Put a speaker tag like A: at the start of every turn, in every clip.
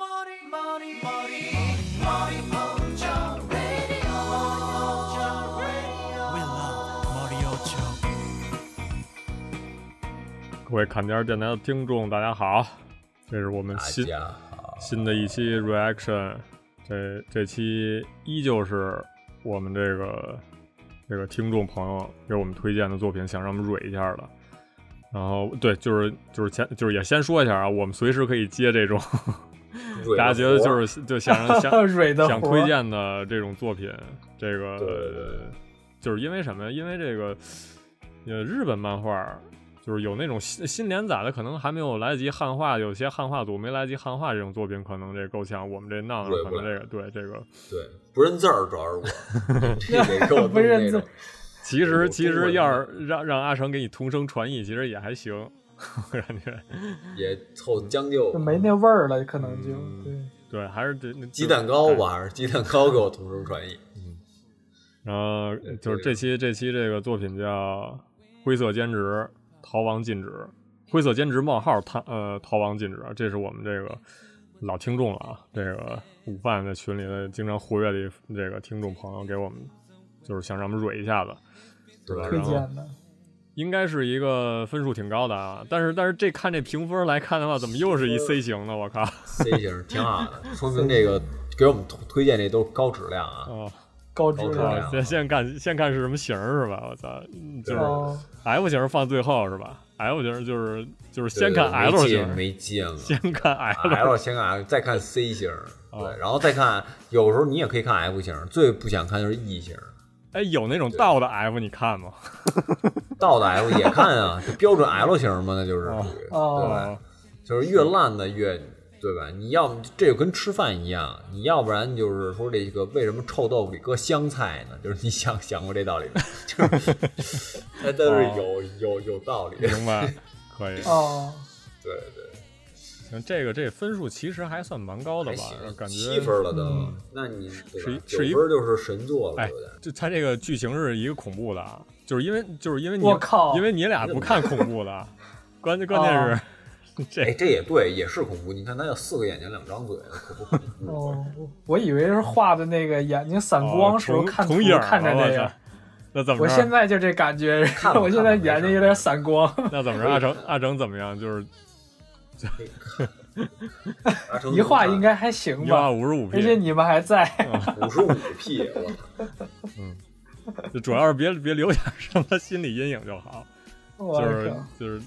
A: 머리 머리 머리 머리 먼저 radio 먼저 radio
B: We love Mario Show。
C: 各位砍点电台的听众，大家好，这是我们新
D: 大家好，
C: 新的一期 reaction，这这期依旧是我们这个这个听众朋友给我们推荐的作品，想让我们蕊一下的。然后对，就是就是前就是也先说一下啊，我们随时可以接这种
B: 嗯
D: 蕊
C: 大家
D: 的
C: 觉得
D: 活
C: 就是就想让 想
B: 蕊的活
C: 想推荐的这种作品，这个
D: 对对对
C: 就是因为什么呀？因为这个呃日本漫画儿就是有那种新新连载的，可能还没有来得及汉化，有些汉化组没来得及汉化这种作品，可能这够呛。我们这闹闹
D: 对
C: 可
D: 不
C: 能这
D: 了
C: 个对这个，
D: 对不认字儿，主 要是我这得给我
B: 不认字
D: 弄那种
C: 其
D: 我
C: 实
D: 中
C: 其实
D: 文
C: 要是让让阿成给你同声传译，其实也还行，我感觉
D: 也凑将就
B: 就。没那味儿了，可能就
C: 嗯
B: 对。
C: 对，还是得那
D: 鸡蛋糕吧，还是鸡蛋糕给我同声传译。
C: 嗯然后
D: 对
C: 就是
D: 这
C: 这
D: 个
C: 期这期这个作品叫《灰色兼职逃亡禁止》，灰色兼职冒号他呃逃亡禁止，这是我们这个老听众了啊，这个午饭在群里的经常活跃的一这个听众朋友给我们，就是想让我们蕊一下子，
D: 对吧？
C: 对
B: 推
D: 然后
B: 荐的，
C: 应该是一个分数挺高的啊，但是但是这看这评分来看的话，怎么又是一 C 型呢？我靠，啊、
D: C 型挺好 的，说明这个给我们推推荐这都是高质量啊。
C: 哦
B: 高啊质
D: 高质
B: 量
D: 量。
C: 先先看先看是什么型儿是吧？我操，啊嗯就是
D: 啊对啊
B: 哦，
C: F 型放最后是吧？F 型就是就是
D: 对
C: 先看
D: 对
C: L 型
D: 没见，没啊见过
C: 先看 L，
D: L 先看 L，再看 C 型，
C: 哦
D: 对，然后再看，有时候你也可以看 F 型，最不想看就是 E 型。
C: 哎，有那种倒的 F 你看吗？
D: 倒的 F 也看啊，这标准 L 型嘛，那就是
C: 哦
D: 属于，对吧
B: 哦？
D: 就是越烂的越，对吧？你要么这就跟吃饭一样，你要不然就是说这个为什么臭豆腐里搁香菜呢？就是你想想过这道理吗？ 就是它都
C: 哦
D: 是有有有道理的，
C: 明白，可
D: 啊
C: 以。
B: 哦，
D: 对对，
C: 行，这个这分数其实还算蛮高的
D: 还
C: 吧
D: 行，，
C: 感觉
D: 七分了都
B: 嗯，
D: 那你对
C: 是一
D: 吧？九
C: 是一
D: 分就是神作了，
C: 哎
D: 对不对？，
C: 就它这个剧情是一个恐怖的，啊，就是因为就是因为你
B: 我靠
C: 因为你俩不看恐怖 的，关键关键
B: 哦
C: 是
D: 哎，
C: 这
D: 这也对，也是恐怖。你看他有四个眼睛，两张嘴，恐不恐怖？
B: 哦，我以为是画的那个眼睛散
C: 哦
B: 光时候
C: 重
B: 看图
C: 重影儿
B: 看着
C: 了
B: 那
C: 我
B: 个
C: 操，那怎么
B: 我现
C: 着？
B: 在就这感觉，
D: 看吧
B: 我现在
D: 看吧
B: 眼睛有点散光，
C: 那怎么着？阿成阿成怎么样？就是
D: 达啊成
B: 一画应该还行
C: 嗯一万
B: 吧。
C: 五嗯十五 P，
B: 而且你们还在，
D: 五十五 P，我操！
C: 就主要是别别留下什么心理阴影就好。
B: 我
C: 就是
B: 靠！
C: 就是，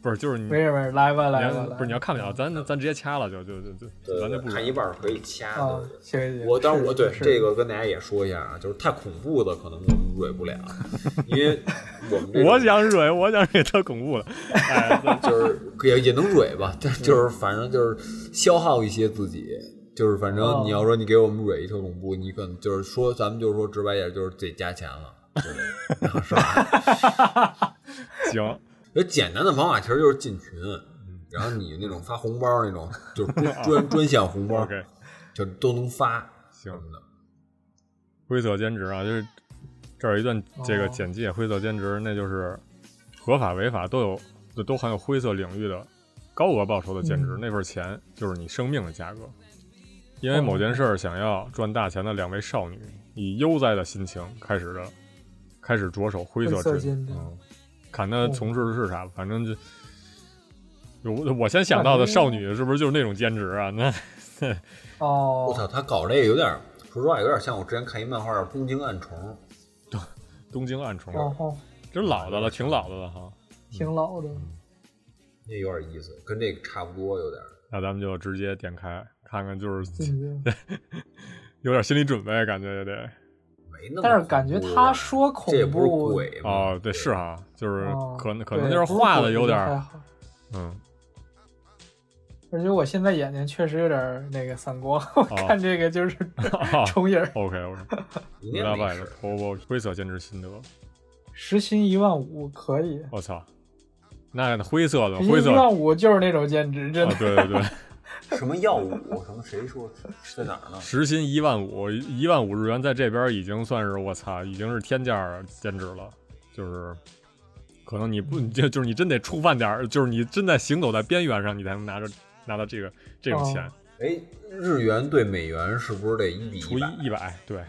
C: 不是就是你，
B: 没事没事，来吧
C: 你
B: 来吧
C: 要，不
B: 来
C: 是你要
B: 吧
C: 看不了，咱咱直接掐了就就就就，
D: 对
C: 咱就
D: 对
C: 不
D: 对看一半儿可以掐。对
B: 啊
D: 对，对
B: 行行，
D: 我当然
B: 是
D: 我对
B: 是
D: 这个跟大家也说一下啊，就是太恐怖的可能我们 蕊不了，因为我们这种
C: 我想蕊，我想蕊特恐怖的，哎，咱
D: 就是 也也能蕊吧，但就是反正就是消耗一些自己。就是反
B: 哦
D: 正你要说你给我们蕊一特恐怖，你可能就是说咱们就是说直白一点，就是得加钱了，对是吧？
C: 行，
D: 有简单的方法，其实就是进群，然后你那种发红包那种，就是 专专专项红包
C: OK，
D: 就都能发
C: 行
D: 什么的。
C: 灰色兼职啊，就是这儿有一段这个
B: 哦
C: 简介，灰色兼职那就是合法违法都有，都都含有灰色领域的高额报酬的兼职，
B: 嗯
C: 那份钱就是你生命的价格。因为
B: 哦
C: 某件事儿想要赚大钱的两位少女，以悠哉的心情开始了，开始着手灰色
B: 灰色
C: 之
B: 兼职哦
C: 嗯，看她从事的是啥吧，反正就我我先想到的
B: 反正
C: 少女是不是就是那种兼职啊？那
B: 哦，
D: 我操，他搞这个有点儿，说实话有点像我之前看一漫画叫《东京暗虫》，
C: 东京暗虫，
B: 哦哦，
C: 这老的了，挺老的了哈。
B: 挺老的，
D: 嗯那有点意思，跟这个差不多有点儿。
C: 那咱们就直接点开看看，就是
B: 进去。
C: 有点心理准备，感觉也得。
D: 没那么恐怖吧，
B: 但是感觉他说恐
D: 这也不是
B: 怖，
D: 鬼吗？
C: 哦，对，是哈，就是
B: 哦
C: 可能可能
B: 对
C: 就是
B: 不
C: 画
B: 鬼
C: 的有
B: 就
C: 点
B: 还
C: 儿，
B: 好
C: 嗯，
B: 而且我现在眼睛确实有点儿那个散光，我看这个就是
C: 哦
B: 重影儿，
C: OK OK，
D: 应
C: 五
D: 该
C: 大
D: 没
C: 败
D: 事
C: 的头发灰色兼职心得，
B: 时薪一万五可以，
C: 我操，那灰色的
B: 时
C: 灰
B: 薪
C: 色
B: 一
C: 啊，
B: 万五就是那种兼职，真的。
C: 对对对，
D: 什么耀武，什么谁说是在哪儿呢？
C: 时薪一万五，一万五日元在这边已经算是我操，已经是天价儿兼职了，就是。可能你不，你就就是你真得触犯点儿，就是你真在行走在边缘上，你才能拿着拿到这个这种
B: 哦
C: 钱。
D: 哎，日元对美元是不是得一比
C: 除
D: 一百？
C: 一一百，对，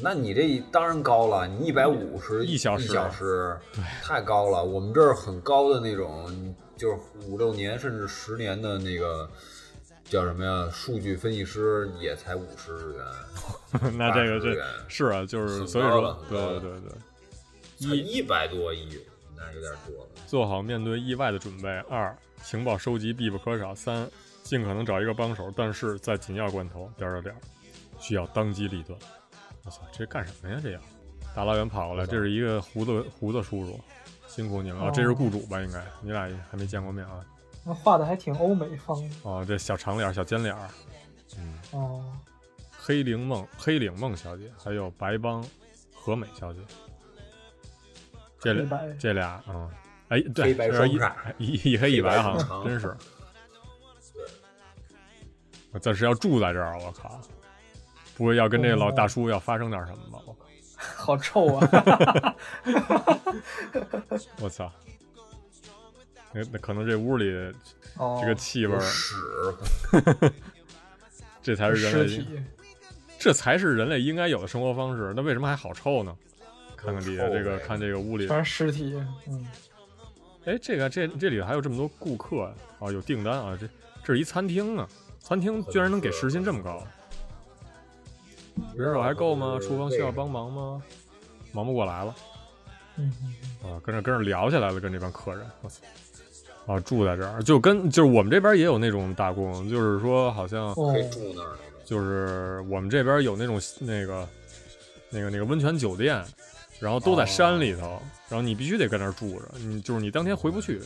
D: 那你这当然高了，你一百五十
C: 一小时
D: 一小时，太高了。我们这儿很高的那种，就是五六年甚至十年的那个叫什么呀？数据分析师也才五十日 元，
C: 那这个
D: 80
C: 这
D: 元
C: 是啊，就是
D: 很
C: 所以
D: 高
C: 说
D: 了，
C: 对
D: 很高
C: 对
D: 了
C: 对对，
D: 才一百多亿，那有点多了。
C: 做好面对意外的准备；二，情报收集必不可少；三，尽可能找一个帮手，但是在紧要关头，点儿点儿点儿，需要当机立断。我操，这干什么呀？这要大老远跑过来，这是一个胡子胡子叔叔，辛苦你了。啊
B: 哦
C: 这是雇主吧？应该你俩还没见过面啊？
B: 那画的还挺欧美风的
C: 哦，这小长脸儿、小尖脸儿，嗯，
B: 哦，
C: 黑灵梦、黑领梦小姐，还有白帮和美小姐，这
B: 黑
C: 俩
B: 白
C: 这俩啊、嗯哎，对，
D: 黑白
C: 这
D: 双
C: 一
D: 煞
C: 一一黑一白
D: 黑白
C: 哈
D: 双，
C: 真是。我暂时要住在这儿，我靠！不会要跟这老大
B: 哦
C: 叔要发生点什么吧？我靠！
B: 好臭 啊！
C: 我操！那那可能这屋里
B: 哦，
C: 这个气味儿，
D: 屎，
C: 这才是人
B: 尸
C: 类，
B: 体
C: 这才是人类应该有的生活方式。那为什么还好臭呢？看看底下
D: 臭
C: 这个，
D: 呗
C: 看这个屋里
B: 全是尸体，嗯，
C: 哎，这个这这里头还有这么多顾客呀啊，有订单啊，这这是一餐厅啊，餐厅居然能给时薪这么高，人手还够吗？厨房需要帮忙吗？忙不过来了
B: 嗯嗯嗯
C: 啊，跟这跟这聊起来了，跟这帮客人，我操，啊，住在这儿就跟就是我们这边也有那种打工，就是说好像
B: 哦
D: 可以住那儿那种。
C: 就是我们这边有那种那个那个那个温泉酒店，然后都在山里头，然后你必须得跟那儿住着，你就是你当天回不去。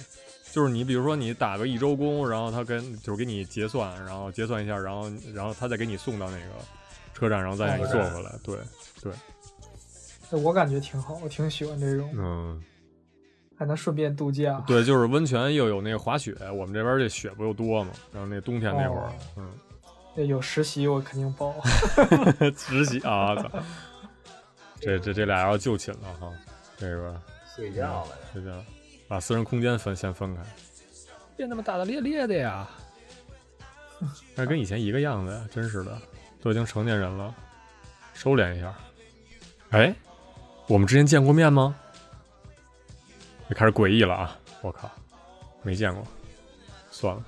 C: 就是你比如说你打个一周工，然后他跟就是给你结算，然后结算一下，然后然后他再给你送到那个车站，然后再让你坐回来。对，
B: 这哦我感觉挺好，我挺喜欢这种，
C: 嗯，
B: 还能顺便度假。
C: 对，就是温泉又有那个滑雪，我们这边这雪不又多嘛，然后那冬天那会儿
B: 哦，
C: 嗯。
B: 对，有实习我肯定报。
C: 实习啊，操！这这这俩要就寝了哈，这个
D: 睡觉了呀。
C: 是的，把私人空间分先分开，别那么大大咧咧的 呀。那跟以前一个样子呀，真是的，都已经成年人了，收敛一下。哎，我们之前见过面吗？这开始诡异了啊！我靠，没见过，算了。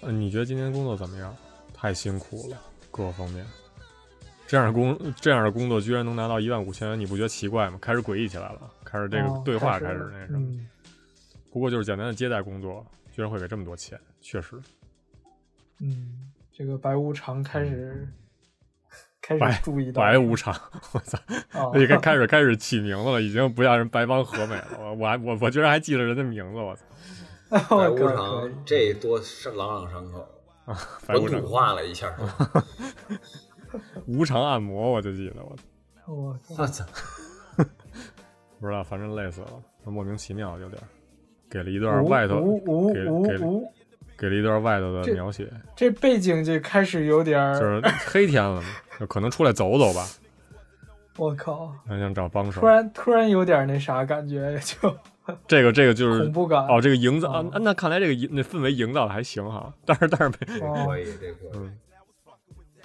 C: 呃，你觉得今天工作怎么样？太辛苦了，各方面。这样的工这样的工作居然能拿到一万五千元，你不觉得奇怪吗？开始诡异起来了，开始这个
B: 哦
C: 对话开
B: 开
C: 始
B: 始了
C: 那什么。
B: 嗯
C: 不过就是简单的接待工作，居然会给这么多钱，确实
B: 嗯，这个白无常开始开
C: 嗯白
B: 始注意到
C: 白无常。我操，
B: 啊，
C: 已 经开始开始起名字了，已经不像人白帮和美了。我我还我我居然还记着人的名字，我操！
D: 白
B: 我
D: 无
B: 靠可以
D: 常这多是朗朗上口，
C: 白无
D: 本
C: 常
D: 土化了一 下。
C: 无常按摩，我就记得我操
B: 我靠
D: 我操，
C: 不知道，反正累死了，莫名其妙有点儿。给了一段外头，
B: 无无
C: 给
B: 无
C: 给
B: 无无，
C: 给了一段外头的
B: 这
C: 描写，
B: 这背景就开始有点
C: 就
B: 儿，
C: 是黑天了嘛，就可能出来走走吧，
B: 我靠，
C: 还想找帮手
B: 突。然突然有点那啥感觉，就
C: 这个这个就是
B: 恐怖感。
C: 哦，这个营造啊
B: 哦，
C: 啊那看来这个营那氛围营造的还行哈，但是但是没
D: 这
B: 哦
D: 可以，这
C: 嗯
D: 可以。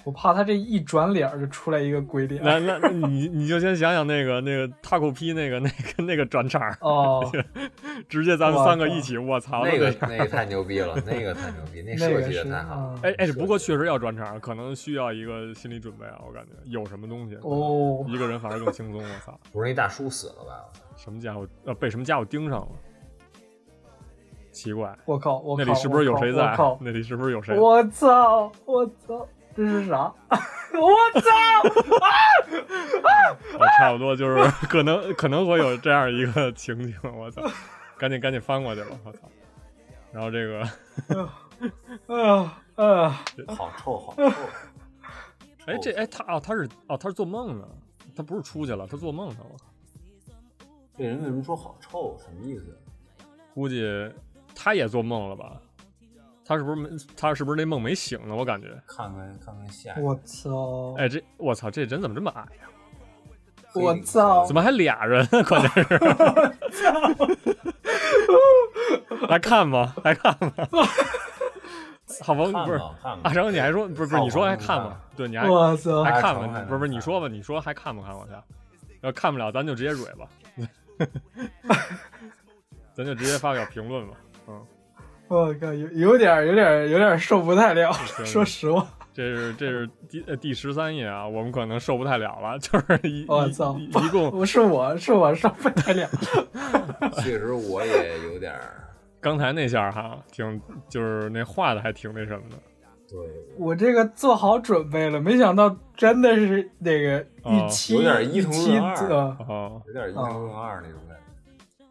B: 我怕他这一转脸儿就出来一个鬼 脸。
C: 那那那你你就先想想那个那个 taco 皮那个那个那个转场儿，
B: 哦，
C: 直接咱们
B: 我
C: 三个
B: 操
C: 一起，我操，
D: 那个
C: 那样
D: 那个太牛逼了，那个太牛逼，那
B: 那
D: 设
B: 个
D: 计
B: 是
D: 的太好了。
B: 啊，
C: 哎哎，
D: 设计
C: 不过确实要转场儿，可能需要一个心理准备啊，我感觉有什么东西，
B: 哦，
C: 一个人反而更轻松，我操，
D: 不是那大叔死了吧？
C: 什么家伙呃被什么家伙盯上了，奇怪，
B: 我靠，我靠，
C: 那里是不是有谁在
B: 我靠？，
C: 那里 是不是有谁？
B: 我操，我操，这是啥？ 我操！
C: 我差不多就是可能可能会有这样一个 情景，我操，赶紧赶紧翻过去了，我操，然后这个。
B: 哎呀，哎呀，
D: 好臭，好臭！
C: 哎，这哎他哦，他是哦，他是做梦呢，他不是出去了，他做梦呢。我靠
D: 这人为什么说好臭？什么意思？
C: 估计他也做梦了吧？他是不是没他是不是那梦没醒呢？我感觉，
D: 看看看看下一个
B: 我操！
C: 哎，这我操，这人怎么这么矮呀、
B: 我操
C: 怎么还俩人？啊关键是， 来看吧，来看吧。好吧，
E: 看
C: 不是
E: 吧看吧
C: 阿成，你还说不是不是？
E: 好
C: 你说
E: 吧
C: 还
E: 你
C: 看
E: 看
C: 吗
E: 吧？
C: 对，你还
B: 我操
C: 还
E: 还
C: 看
E: 成
C: 吗
E: 还？
C: 不是不是，
E: 能
C: 你说吧，你说还看 不看往下？要看不了，咱就直接蕊吧， 咱就直接发表评论吧。嗯，
B: 我靠，有有点儿有点儿有点儿受不太了，说实话，
C: 这是这是第呃第十三页啊，我们可能受不太了了，就是一
B: 我
C: 一
B: 操，
C: 一
B: 不
C: 一共
B: 不是我是我受不太了，
D: 确实我也有点儿，
C: 刚才那下儿哈，挺就是那画的还挺那什么的，
D: 对，
B: 我这个做好准备了，没想到真的是那个
C: 哦
B: 一期
E: 有点伊藤
B: 期
E: 润二
B: 呃
C: 哦，
E: 有点一
B: 啊
E: 零零二那种感觉。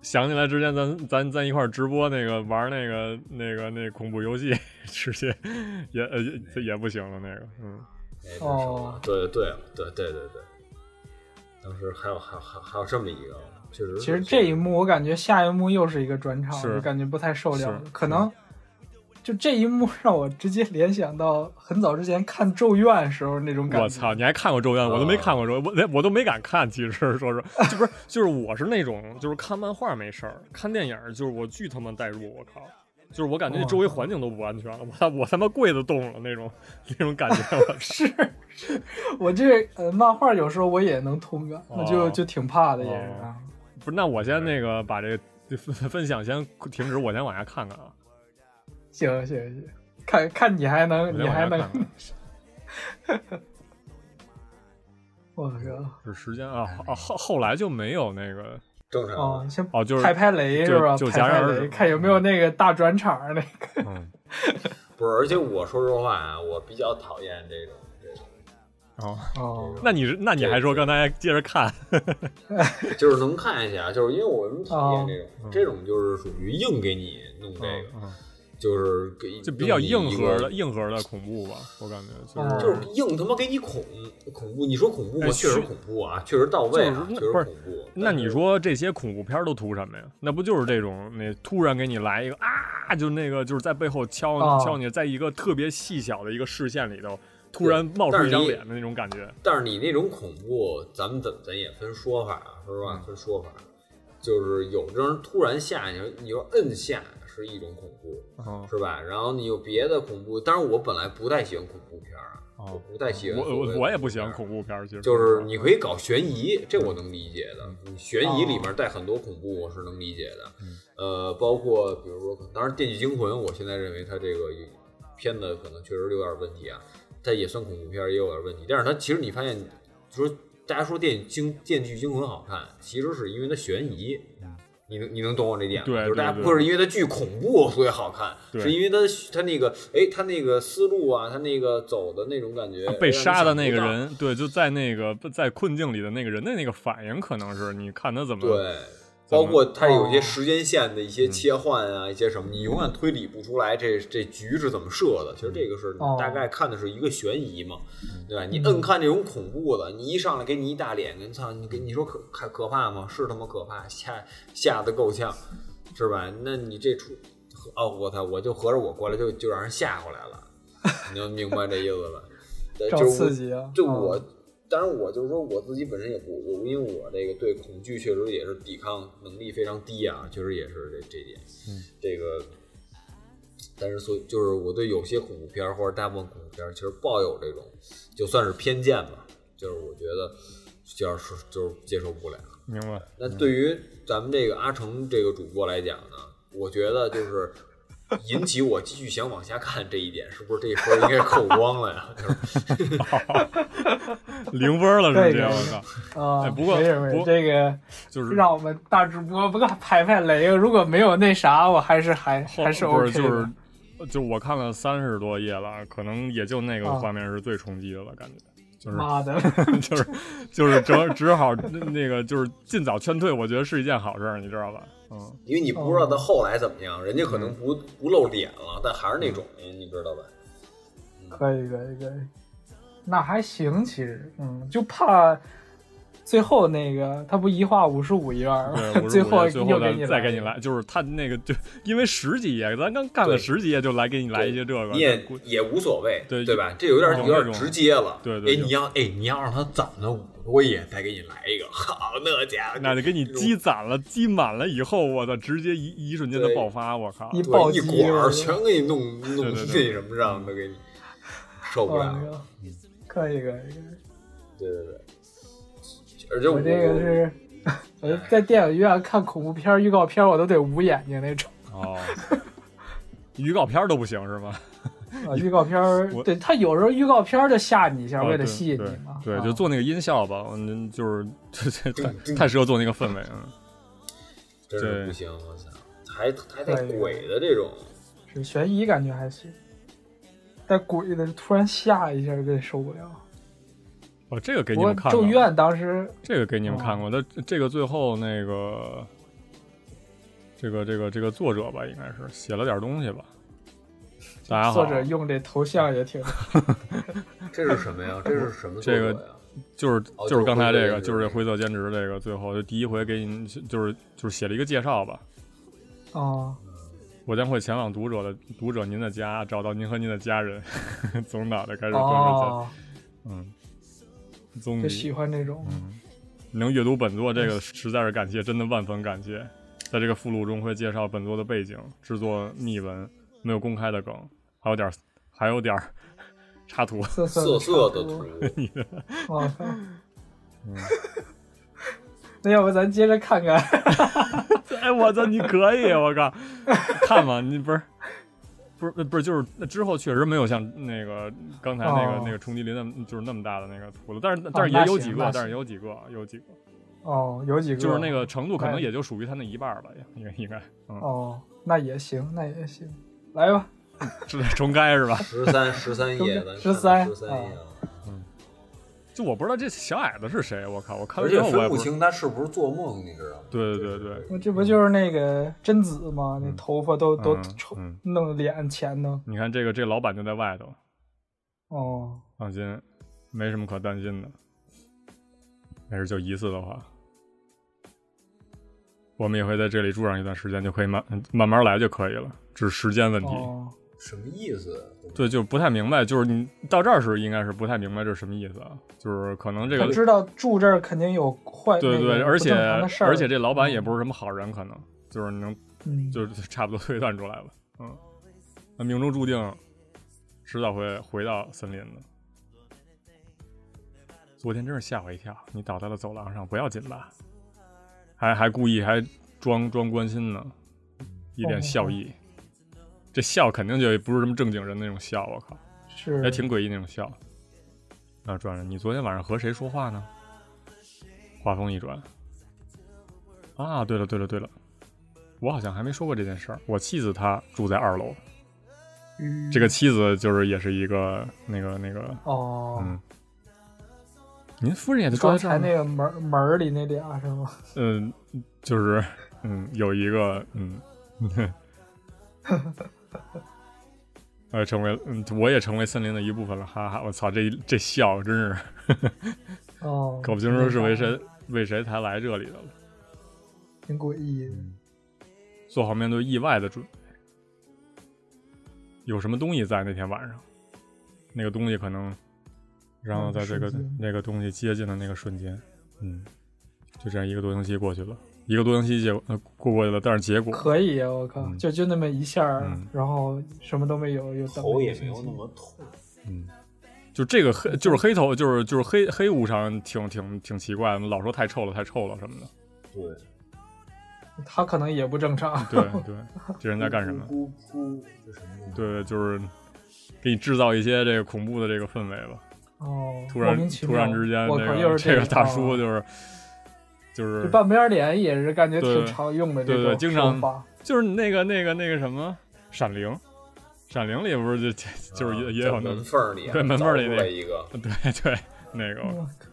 C: 想起来之前咱咱咱一块儿直播那个玩那个那个那恐怖游戏， 直接也呃也这也不行了那个，嗯，
D: 那是什
B: 哦
E: 啊对对
D: 对对对对，当时还有还有还有还有这么一个，确实是，
B: 其实这一幕，我感觉下一幕又是一个转场，
C: 是
B: 就感觉不太受了
C: 是。
B: 可能就这一幕让我直接联想到很早之前看《咒怨》时候那种感觉。啊
C: 我操，你还看过《咒怨》？我都没看过《咒》，我连我都没敢看。其实说是， 就不是，就是我是那种，就是看漫画没事儿，看电影儿就是我巨他妈代入，我靠，就是我
B: 哦
C: 感觉周围环境都不安全了，我他我他妈柜子动了那种 那种感觉，我 操
B: 是，是我这呃漫画有时候我也能通感，我就
C: 哦
B: 就挺怕的也是
C: 哦
B: 啊。
C: 不是，那我先那个把这个分分享先停止，我先往下看看啊，
B: 行行行，看看你还
C: 我
B: 能
C: 先
B: 你
C: 往
B: 还
C: 下看
B: 能，
C: 看。
B: 我靠，
C: 是时间啊，后后后来就没有那个
D: 正常
B: 哦，先
C: 哦，就是
B: 拍拍雷
C: 就是
B: 吧？
C: 就戛
B: 拍拍
C: 然而止
B: 雷，看有没有那个大转场儿那个。
C: 嗯，
D: 不是，而且我说实话啊，我比较讨厌这种这种，
C: 哦，
B: 哦，
C: 那你是那你还说刚才接着看，
D: 就是能看一下，就是因为我们讨厌这种，
C: 哦
D: 这种就是属于硬给你弄这个，
C: 嗯
B: 哦
C: 嗯
D: 就是给
C: 就比较硬核的
D: 的，
C: 硬核的恐怖吧，我感觉就是。
B: 哦
D: 就是硬他妈给你恐恐怖。你说恐怖
C: 哎
D: 吗？确
C: 是
D: 实恐怖啊，确实到位啊，
C: 就是
D: 确
C: 那
D: 实
C: 不是
D: 恐怖。
C: 那你说这些恐怖片儿都图什么呀？那不就是这种那突然给你来一个啊，就那个就是在背后敲你、
B: 哦
C: 敲你，在一个特别细小的一个视线里头，突然冒出一张脸的那种感觉。
D: 但是你那种恐怖，咱们怎么咱也分说法啊，说实
C: 嗯
D: 话分说法，就是有的人突然吓你，你就摁下是一种恐怖，
C: 哦，
D: 是吧？然后你有别的恐怖，当然我本来不太喜欢恐怖片儿
C: 哦
D: 啊，我不太喜欢
C: 我
D: 所谓的哎
C: 我我也不喜欢
D: 恐
C: 恐怖片儿，其实嗯
D: 怖片儿，就是你可以搞悬疑，这我能理解的。悬疑
C: 哦
D: 里面带很多恐怖，我是能理解的。
C: 嗯
D: 呃，包括比如说，当然《电锯惊魂》，我现在认为它这个片子可能确实有点问题啊，它也算恐怖片儿，也有点问题。但是它其实你发现，就是大家说《电锯惊电锯惊魂》好看，其实是因为它悬疑。你能你能懂我这点吗？
C: 嗯对
D: 就是大家
C: 对对
D: 不会是因为它巨恐怖所以好看，
C: 对
D: 是因为它它那个哎它那个思路啊，它那个走的那种感觉，
C: 啊被
D: 让你
C: 杀的
D: 想
C: 那个
D: 不到
C: 人，对，就在那个在困境里的那个人的那个反应，可能是你看他怎么
D: 对，
C: 怎么哦嗯
D: 包括它有一些时间线的一些切换啊，一些什么，你永远推理不出来这这局是怎么设的。其实这个是
B: 哦嗯
D: 你大概看的是一个悬疑嘛，
C: 嗯
D: 对吧？你摁看这种恐怖的，你一上来给你一大脸，你操，你给你说可可可怕吗？是他妈可怕，吓吓得够呛，是吧？那你这出，哦，我操，我就合着我过来就就让人吓回来了，你能明白这意 思吧？对
B: 找
D: 就是
B: 刺
D: 我
B: 激啊！
D: 就
B: 嗯
D: 我，当然我就是说我自己本身也不，我因为我这个对恐惧确实也是抵抗能力非常低啊，确实也是这这点，
C: 嗯，
D: 这个，但是所就是我对有些恐怖片儿或者大部分恐怖片儿其实抱有这种就算是偏见吧，就是我觉得就是就是接受不了。
C: 明白。
D: 那对于咱们这个阿成这个主播来讲呢，我觉得就是引起我继续想往下看这一点，是不是这一分儿应该扣光了呀？ 就是
C: 零分了，直接
B: 对
C: 我
B: 对
C: 操，
B: 啊、
C: 哎不过
B: 没事没
C: 不
B: 事，这个
C: 就是
B: 让我们大主播不干排排雷。如果没有那啥，我还是还
C: 后
B: 还是
C: 不
B: OK
C: 是
B: 的。
C: 就是就我看了三十多页了，可能也就那个画面是最冲击的了，感觉就是
B: 啊妈 的，
C: 就是就是只只好那个就是尽早劝退，我觉得是一件好事儿，你知道吧？嗯，
D: 因为你不知道他后来怎么样，人家可能不不露脸了，但还是那种，
C: 嗯
D: 你知道吧？
B: 可以可以可以，那还行，其实嗯，就怕最后那个他不一画五十五页儿吗
C: 对，？
B: 最
C: 后
B: 后
C: 最
B: 又给
C: 咱
B: 你
C: 再给你
B: 一个，
C: 来，就是他那个就因为十几页，咱刚干了
D: 对
C: 十几页，就来给你来一些这个，
D: 你
C: 那
D: 也
C: 估
D: 也无所谓，
C: 对
D: 对吧？这有点
C: 有
D: 有
C: 那种
D: 点直接了。
C: 对对
D: 哎，
C: 对
D: 你要哎你要让他攒到五十多页，再给你来一个，好那家伙，
C: 那得给你积攒了，积满了以后，我操，直接一一瞬间的
D: 对
C: 爆发，我靠！
B: 一
D: 对
B: 暴
D: 一
B: 击
D: 管儿
B: 了
D: 全给你弄弄
C: 对对
D: 那
C: 对
D: 什么上的给你，受不
B: 我
D: 了。
B: 靠哦可以可以可以。
D: 对对对，而且
B: 我这个是，我就在电影院看恐怖片儿预告片儿，我都得捂眼睛 那种。
C: 哦，预告片儿都不行是吗？
B: 啊，预告片儿
C: 我，
B: 对他有时候预告片儿就吓你一下，
C: 啊
B: 为了
C: 对
B: 吸引
C: 对
B: 你嘛。
C: 对，
B: 啊
C: 就做那个音效吧，嗯，就是这这
D: 叮
C: 太
D: 叮
C: 太适合做那个氛围嗯了。
D: 真是
C: 对
D: 不行，我操，还还
B: 哎
D: 带
B: 呦
D: 鬼的这种，
B: 是悬疑感觉还行，但鬼的突然吓一下儿这受不了。
C: 哦，这个给
B: 不
C: 你
B: 过
C: 们看
B: 咒
C: 过，
B: 怨啊当时
C: 这个给你们看过。那这这个最后那个，这个这个这个作者吧，应该是写了点东西吧。大家好，
B: 作者用这头像 也挺，
D: 这是什么呀？这是什么作
C: 这个
D: 者呀？
C: 就是就是
D: 哦就是
C: 刚才这个，
D: 灰色兼职
C: 就是这灰色兼职这个，最后就第一回给你就是就是写了一个介绍吧。
B: 哦，
C: 我将会前往读者的读者您的家，找到您和您的家人。 总脑袋开始关注
B: 哦，
C: 在，嗯，宗
B: 就喜
C: 你
B: 欢这种，
C: 嗯能阅读本作，这个实在是感谢，真的万分感谢。在这个附录中会介绍本作的背景、制作秘闻，没有公开的梗，还有点儿还有点儿插图。
B: 瑟瑟
D: 瑟瑟的
B: 图
D: 图。，
B: 我靠。
C: 嗯
B: 那要不咱接着看看？
C: 哎，我操，你可以，我靠， 看吧，你不是，不是，不是，就是那之后确实没有像那个刚才那个、
B: 哦
C: 那个冲击力那么就是那么大的那个图了，但是但是
B: 那
C: 也有几
B: 行那
C: 个，
B: 行
C: 但是有几个，有几个，
B: 哦，有几个
C: 就是那个程度可能
B: 哎
C: 也就属于它那一半儿吧，应该应该，嗯，
B: 哦，那也行，那也行，来吧，
C: 是重开是吧？
D: 十三十三页，咱
B: 十三
D: 十三页啊，
C: 就我不知道这小矮子是谁，我靠，我看
D: 而
C: 了以
D: 且
C: 后我也
D: 分
C: 不
D: 不
C: 知
D: 清他是不是做梦，你知道吗？
C: 对对对对，
B: 我这不就是那个贞子吗？那头发都都
C: 嗯
B: 抽
C: 嗯
B: 弄脸前头。
C: 你看这个这老板就在外头，
B: 哦，
C: 放心，没什么可担心的。要是就一次的话，我们也会在这里住上一段时间，就可以慢慢慢来就可以了，只是时间问题。
B: 哦，
D: 什么意思？
C: 对，就不太明白，就是你到这儿时应该是不太明白这是什么意思啊，就是可能这
B: 他
C: 个
B: 知道住这儿肯定有坏，
C: 对
B: 那
C: 对，
B: 个
C: 而
B: 不
C: 且
B: 正常的事儿
C: 而且这老板也不是什么好人，可能就是能
B: 嗯，
C: 就是 差不多推断出来了，嗯，那命中注定迟早会回到森林的。昨天真是吓我一跳，你倒在了走廊上，不要紧吧？还还故意还装装关心呢，一脸笑意，这笑肯定就不是什么正经人那种笑，我靠，
B: 是
C: 还挺诡异那种笑。啊，转转，你昨天晚上和谁说话呢？话锋一转，啊，对了对了对了，我好像还没说过这件事儿。我妻子她住在二楼，
B: 嗯
C: 这个妻子就是也是一个那个那个，
B: 哦，
C: 嗯，您夫人也住在
B: 刚
C: 这儿
B: 才
C: 吗
B: 那？个门门儿里那俩是吗？
C: 嗯、就是嗯，有一个嗯， 呃，成为嗯，我也成为森林的一部分了，哈哈！我操，这一这笑真是
B: 哦，
C: 搞不清楚是为谁为谁才来这里的了。
B: 挺诡异的。
C: 做好面对意外的准备。有什么东西在那天晚上？那个东西可能，然后在这个那
B: 那个瞬间
C: 个东西接近的那个瞬间，嗯，就这样一个多星期过去了，一个多星期结果呃过过去了，但是结果
B: 可以啊，我靠，
C: 嗯
B: 就就那么一下儿
C: 嗯，
B: 然后什么都没有，又等
D: 头
B: 了一
D: 也
B: 个
D: 没有
B: 星期
D: 那么痛，
C: 嗯就这个黑就是黑头就是就是黑黑无常挺挺挺奇怪的，老说太臭了太臭了什么的，
D: 对，
B: 他可能也不正常。
C: 对 对，这人在干什么？
D: 咕咕咕，这什么意思？
C: 对，就是给你制造一些这个恐怖的这个氛围吧。
B: 哦，
C: 突
B: 莫
C: 然
B: 名其
C: 突
B: 妙
C: 然之间，
B: 我
C: 那
B: 靠，
C: 个
B: 又是
C: 这个
B: 个
C: 大
B: 哦
C: 叔就是就是
B: 这半边脸也是感觉
C: 对
B: 挺常用的这
C: 对
B: 种
C: 对经常
B: 手法
C: 就是那个那个那个什么《闪灵》，《闪灵》里不是就
B: 啊
C: 就是也、也有
D: 在
C: 那
D: 门缝儿里啊，
C: 对门缝儿里
D: 凿出
C: 那
D: 来一个，
C: 对对那个、
B: 我靠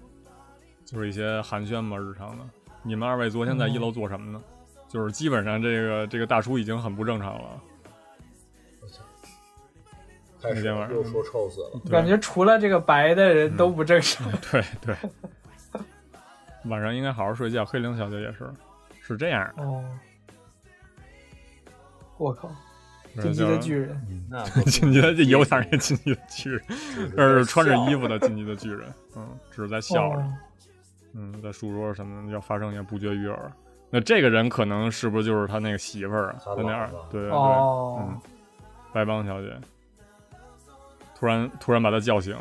C: 就是一些寒暄嘛，日常的。你们二位昨天
B: 嗯
C: 在一楼做什么呢？就是基本上这个这个大叔已经很不正常了，
D: 开
C: 那
D: 始
C: 天晚上
D: 又说臭死了，
C: 对嗯
B: 感觉除了这个白的人都不正常。
C: 对对。晚上应该好好睡觉。黑灵小姐也是，是这样的。
B: 哦，我靠，
C: 那
B: 进击的
C: 就
B: 巨人，
C: 嗯
D: 那
C: 进击的这有 点儿那进击的巨人，但是穿着衣服
D: 的，
C: 的进击的巨人，嗯，只是在笑着，
B: 哦
C: 嗯，在书桌什么要发生也不绝于耳。那这个人可能是不是就是他那个媳妇儿啊？
D: 他
C: 他那
D: 老
C: 二
D: 婆
C: 对对对，
B: 哦
C: 嗯，白帮小姐突然突然把他叫醒，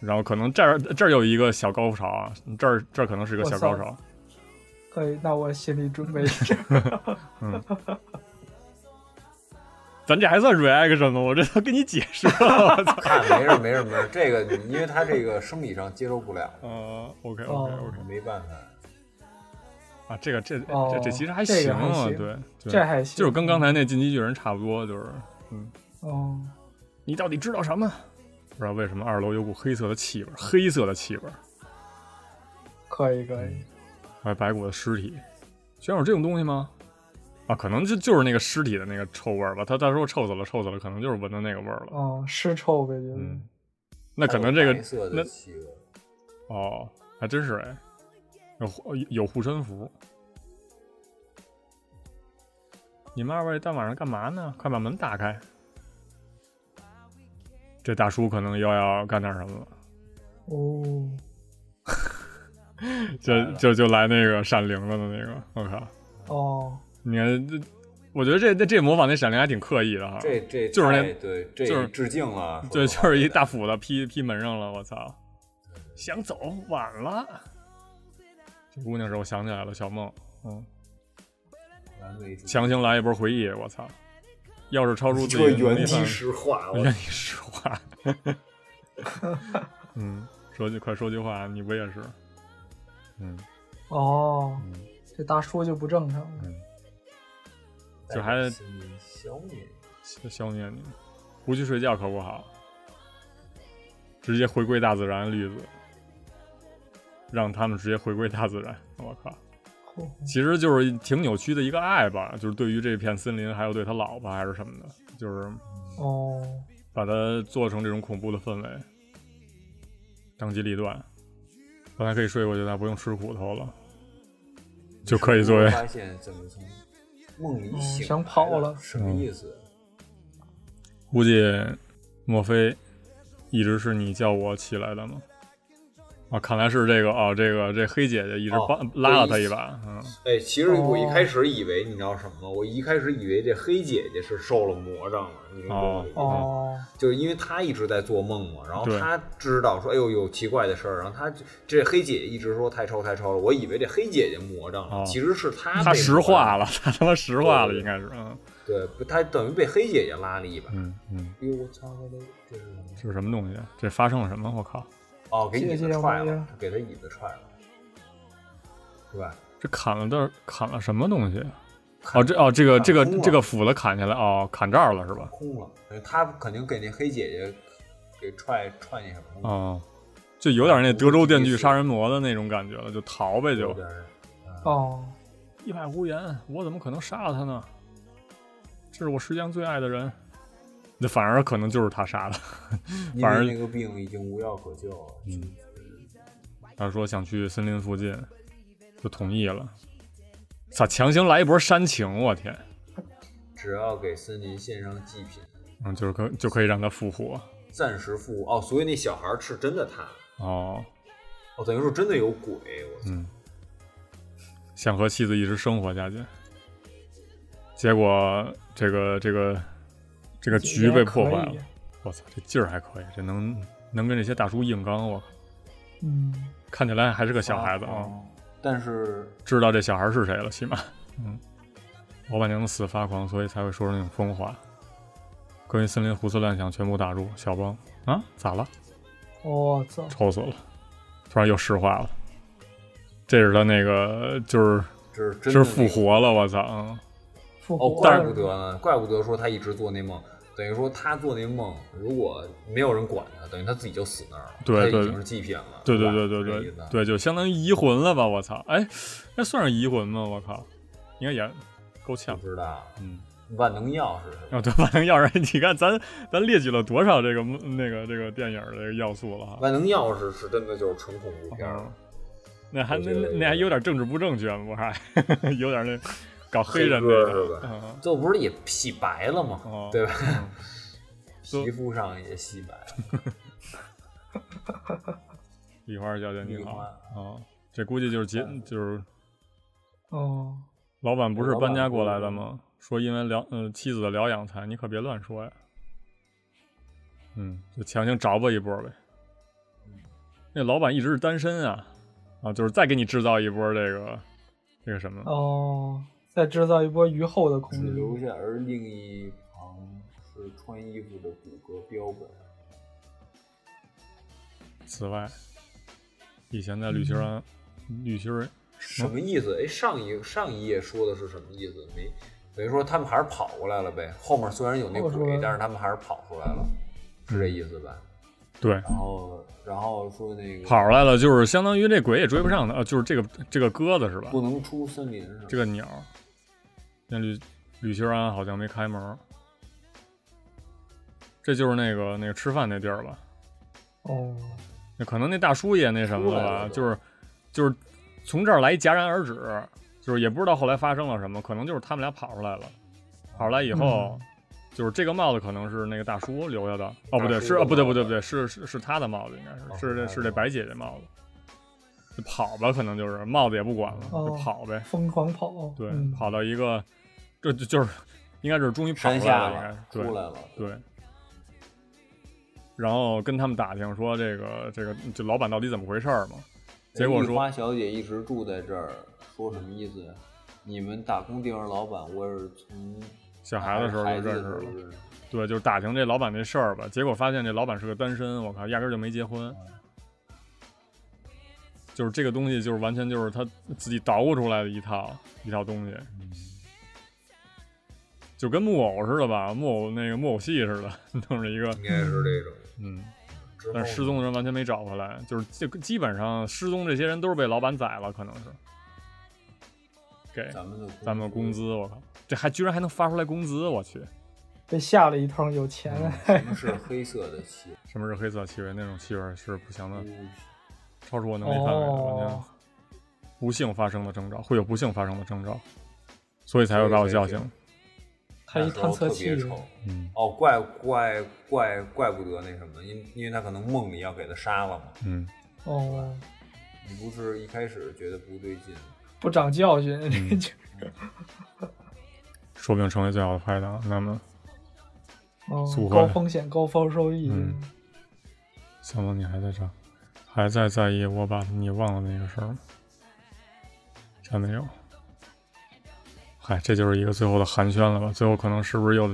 C: 然后可能这儿这儿有一个小高潮啊，这儿这儿可能是一个小高
B: 我
C: 潮，
B: 可以，那我心理准备一下。
C: 咱这还算 reaction 吗？我这都跟你解释了， 我操！
D: 看没事没事没事，这个你因为他这个生理上接受不了，
C: 呃，OK OK
B: 哦
C: OK
D: 没办法。
C: 啊，这个这这
B: 哦
C: 这其实还
B: 这
C: 行
B: 个还
C: 啊，
B: 行
C: 对，对
B: 这还行，嗯
C: 就是跟刚才那进击巨人差不多，就是
B: 哦，
C: 你到底知道什么？不知道为什么二楼有股黑色的气味，黑色的气味，
B: 可以可以，
C: 还有白骨的尸体，居然有这种东西吗？啊，可能就就是那个尸体的那个臭味儿吧。他他说臭死了，臭死了，可能就是闻到那个味儿了。
B: 哦，尸臭呗，就是
C: 嗯，那可能这
D: 白色
C: 个
D: 的
C: 那
D: 企鹅
C: 哦，还真是哎，有护有护身符。你们二位大晚上干嘛呢？快把门打开！这大叔可能又要干点什么了。
B: 哦，
C: 就就就来那个闪灵了的那个，我靠！
B: 哦，
C: 你看这，我觉得这这这模仿那闪灵还挺刻意的哈，
D: 这这
C: 就是那
D: 太对，这
C: 就是
D: 致敬了，说
C: 对，
D: 实话
C: 就是一大斧子劈劈门上了，我操！想走晚了，这姑娘时候我想起来了，小梦，嗯，
D: 完美主义
C: 强行来一波回忆，我操！要是超出自己
D: 说
C: 的能
D: 原
C: 力范
D: 机
C: 围
D: 石化，我
C: 原地石化， 嗯，说句快说句话，啊你不也是？嗯，
B: 哦，这大叔就不正常了。
C: 就还
D: 小米
C: 消消灭你，不去睡觉可不好，直接回归大自然，绿子，让他们直接回归大自然。我靠，
B: 哦
C: 其实就是挺扭曲的一个爱吧，就是对于这片森林，还有对他老婆还是什么的，就是
B: 哦，
C: 把它做成这种恐怖的氛围，当机立断。本来可以睡过去的，不用吃苦头了，就可以作为
D: 发现怎么从梦里醒来的，
B: 想跑了
D: 什么意思？
C: 估计莫非一直是你叫我起来的吗？啊，看来是这个啊，这个这黑姐姐一直
D: 哦
C: 帮、
D: 对
C: 拉了他一把，嗯，
D: 哎，其实我一开始以为你知道什么吗？我一开始以为这黑姐姐是受了魔障了，你明白吗？
B: 哦，
D: 就是因为她一直在做梦嘛，然后
C: 对
D: 她知道说，哎呦有奇怪的事儿，然后她就这黑姐姐一直说太臭太臭了，我以为这黑姐姐魔障了，
C: 哦
D: 其实是她
C: 她
D: 被
C: 石
D: 魔障
C: 化，了，她他妈石化了，
D: 对
C: 应该是，嗯
D: 对，不她等于被黑姐姐拉了一把。哎
C: 嗯嗯，
D: 呦我操，我都这是什么
C: 这是什么东西？啊这发生了什么？我靠，
D: 哦，给椅
B: 姐
D: 子
B: 姐
D: 踹
B: 我
D: 了
B: 呀，
D: 给他椅子踹了，是吧？
C: 这砍了的砍了什么东西？哦，这哦，这个这个
D: 砍空了
C: 这个斧子砍下来，哦，砍这儿了是吧？
D: 空了，他肯定给那黑姐姐给踹踹那什么了，
C: 哦，就有点那德州电锯杀人魔的那种感觉了，就逃呗，
D: 有
C: 就
D: 点儿
C: 嗯
B: 哦，
C: 一派胡言，我怎么可能杀了他呢？这是我世界上最爱的人，那反而可能就是他杀的。
D: 因
C: 反而
D: 为那个病已经无药可救了。
C: 嗯他说想去森林附近，就同意了。操，强行来一波煽情，我天！
D: 只要给森林献上祭品，
C: 嗯，就是可就可以让他复活
D: 暂时复哦，所以那小孩儿是真的他
C: 哦。
D: 哦，等于说真的有鬼，我操！
C: 嗯，想和妻子一直生活下去，结果这个这个这个局被破坏了
B: 也可以。
C: 我操，这劲儿还可以，这能能跟这些大叔硬刚，我靠
B: 嗯，
C: 看起来还是个小孩子啊。
D: 哦但是
C: 知道这小孩是谁了，起码，嗯，老板娘的死发狂，所以才会说出那种疯话。关于森林胡思乱想全部打住。小邦啊，咋了？
B: 我操，
C: 臭死了！突然又石化了。这是他那个，就是
D: 这是真的
C: 是
D: 那
C: 复
D: 个
C: 活了，我操！嗯
B: 复
D: 哦，
B: 活
D: 怪
B: 了
D: 不得呢，怪不得说他一直做那梦，等于说他做那梦，如果没有人管他，等于他自己就死那儿了，
C: 对
D: 他
C: 对
D: 已经是祭品了，
C: 对对
D: 吧
C: 对对
D: 这意
C: 对
D: 思啊
C: 对，就相当于移魂了吧？我操！哎，那算是移魂吗？我靠，应该也够呛
D: 不。知道
C: 嗯，
D: 万能药是什么？
C: 啊，对，反正要是你看，咱咱列举了多少这个那个这个电影儿的这个要素了哈？
D: 万能钥匙是真的就是纯恐怖片儿，
C: 嗯那还
D: 我
C: 那
D: 觉得
C: 那那还有点政治不正确吗？不是还有点那搞黑
D: 黑
C: 人那
D: 歌
C: 个嗯
D: 是吧？这不是也洗白了吗
C: 哦？嗯
D: 对吧？
C: 都
D: 皮肤上也洗白了，
C: 礼花小姐你
D: 礼
C: 好
D: 花
C: 啊、这估计就是
D: 哎
C: 结就是
B: 哦，
C: 老板不是
D: 老板
C: 搬家过
D: 不是
C: 来的吗？说因为疗呃妻子的疗养财，你可别乱说呀。嗯，就强行找吧一波呗。那老板一直是单身啊，啊，就是再给你制造一波这个这个什么，
B: 哦，再制造一波雨后
C: 嗯
B: 的恐
D: 只留
B: 惧。
D: 下而另一旁是穿衣服的骨骼标本。啊
C: 此外，以前在
D: 嗯
C: 绿球儿绿球儿
D: 什么意思？哎，上一上一页说的是什么意思？没，等于说他们还是跑过来了呗。后面虽然有那
B: 跑出来
D: 鬼
B: 了，
D: 但是他们还是跑出来了，是这意思吧？
C: 对
D: 然后，然后说那个
C: 跑出来了，就是相当于这鬼也追不上他，呃就是这个这个鸽子是吧？
D: 不能出森林是吧？
C: 这个鸟儿，那吕吕秀安好像没开门儿。这就是那个那个吃饭那地儿吧？
B: 哦，
C: 那可能那大叔也那什么了
D: 出来
C: 吧？
D: 了都
C: 就是就是从这儿来戛然而止，就是也不知道后来发生了什么，可能就是他们俩跑出来了，跑出来以
D: 嗯
C: 后，就是这个帽子可能是那个大叔留下的，哦不对
D: 大叔
C: 是
D: 的
C: 哦不对
D: 帽
C: 不
D: 子
C: 对不对是是是他的帽子应该
D: 哦
C: 是是这
D: 是他的
C: 是这白姐姐帽子，就跑吧可能就是帽子也不管了，就
B: 哦
C: 跑呗。
B: 疯狂跑，
C: 对，
B: 嗯、
C: 跑到一个，这就就是应该是终于跑
D: 山
C: 出来
D: 下
C: 了，应
D: 了
C: 该，
D: 出
C: 对
D: 来了，哎
C: 对。然后跟他们打听说这个这个这老板到底怎么回事儿嘛？结果
D: 哎
C: 说
D: 玉花小姐一直住在这儿，说什么意思呀？你们打工地方老板，我是从
C: 小孩子时候就
D: 孩
C: 认
D: 的
C: 识
D: 时候
C: 了，
D: 认识的
C: 对，就是打听这老板这事儿吧。结果发现这老板是个单身，我靠，压根儿就没结婚。就是这个东西，就是完全就是他自己捣鼓出来的一套一套东西，就跟木偶似的吧，木偶那个木偶戏似的，弄着一个，
D: 应该是这种。
C: 嗯，
D: 之后
C: 但是失踪的人完全没找回来，就是这个基本上失踪这些人都是被老板宰了，可能是给
D: 咱们的
C: 咱们工资，我靠，这还居然还能发出来工资，我去，
B: 被吓了一通，有钱。
D: 什么是黑色的漆？
C: 什么是黑色气味？那种气味是不祥的，
D: 嗯
C: 超出我能力范围的，完全
B: 哦，
C: 不幸发生的征兆，会有不幸发生的征兆，所以才会把我叫醒。
B: 他一探测器
D: 那时候特别丑
C: 嗯
D: 哦，怪怪怪怪不得那什么，因因为他可能梦里要给他杀了嘛。
C: 嗯，
B: 哦，
D: 你不是一开始觉得不对劲，
B: 不长教训，
D: 嗯
B: 这就
C: 说不定成为最好的拍档。那么，
B: 哦
C: 组，合
B: 高风险高高收益。
C: 嗯小萌，你还在这儿，还在在意我把你忘了那个事儿吗？真没有。嗨，这就是一个最后的寒暄了吧？最后可能是不是又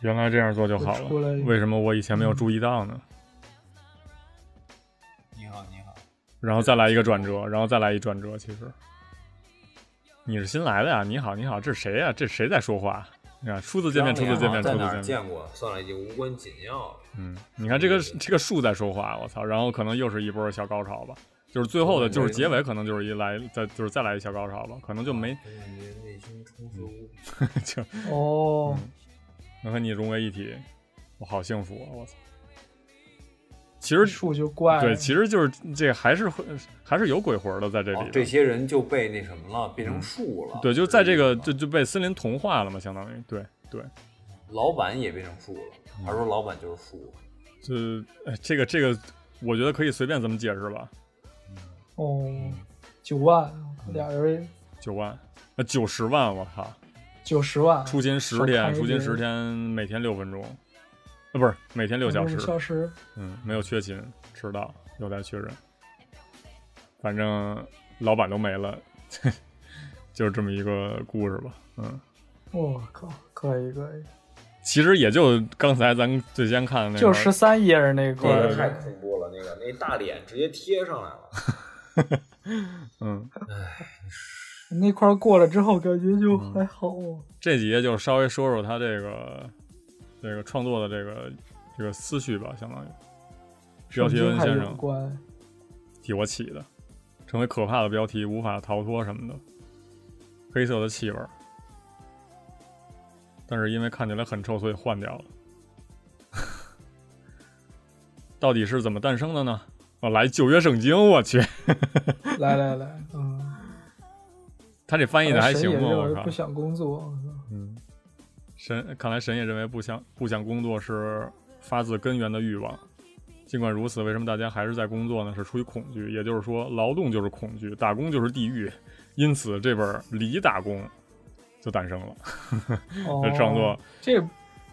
C: 原来这样做就好
B: 又出来嗯
C: 了
B: 一？个
C: 为什么我以前没有注意到呢？
D: 你好你好，
C: 然后再来一个转折，然后再来一转折。其实你是新来的呀？你好，你好，这是谁呀？这是谁在说话？你看，初次见面，初次见面，初
D: 在
C: 次
D: 哪
C: 见
D: 儿
C: 面。
D: 见过？算了，已经无关紧要了。
C: 嗯，你看这个这个树在说话，我操！然后可能又是一波小高潮吧，就是最后的，就是结尾可能就是一来再就是再来一小高潮吧，可能就没
D: 感觉内心充
C: 嗯
D: 实无比。
C: 就
B: 哦，
D: 嗯
C: 能和你融为一体，我好幸福啊！我操！其实
B: 数就怪。
C: 对，其实就是这还是会还是有鬼魂的在这里
D: 哦
C: 的，
D: 这些人就被那什么了，变成树了。
C: 嗯对，就在这个
D: 是吧
C: 就就被森林同化了嘛，相当于对对，
D: 老板也变成树了。
C: 嗯
D: 他说老板就是树，
C: 就哎这个这个，我觉得可以随便怎么解释吧，
B: 哦，
D: 嗯
B: 九万，俩人
C: 九万呃九十万，我靠！
B: 九十万，
C: 出勤十
B: 少看
C: 天，
B: 一
C: 出勤
B: 眼
C: 十天，每天六分钟，啊，不是每天六小时
B: 五，小时。
C: 嗯，没有缺勤、迟到、有待确认，反正老板都没了， 就是这么一个故事吧，嗯，
B: 我靠，可以可以，
C: 其实也就刚才咱最先看的那个，
B: 就十三页儿那
D: 那
B: 个
D: 个太恐怖了，那个那大脸直接贴上来了。
C: 嗯，
B: 那块儿过了之后，感觉就
D: 嗯
B: 还好。哦
C: 这几页就稍微说说他这个这个创作的这个这个思绪吧，相当于标
B: 圣
C: 题
B: 经
C: 文
B: 还
C: 先
B: 有
C: 生
B: 关。
C: 替我起的，成为可怕的标题，无法逃脱什么的，黑色的气味儿。但是因为看起来很臭，所以 换掉了。到底是怎么诞生的呢？我来旧约圣经，我去，
B: 来来来， 嗯，呃
C: 他这翻译的还
B: 神
C: 行
B: 也
C: 吗？我
B: 认为
C: 靠
B: 不，想 工作，嗯
C: 神看来神也认为不想不想工作是发自根源的欲望。尽管如此，为什么大家还是在工作呢？是出于恐惧，也就是说，劳动就是恐惧，打工就是地狱。因此，这本《离打工》就诞生了。
B: 哦
C: 这创作，
B: 这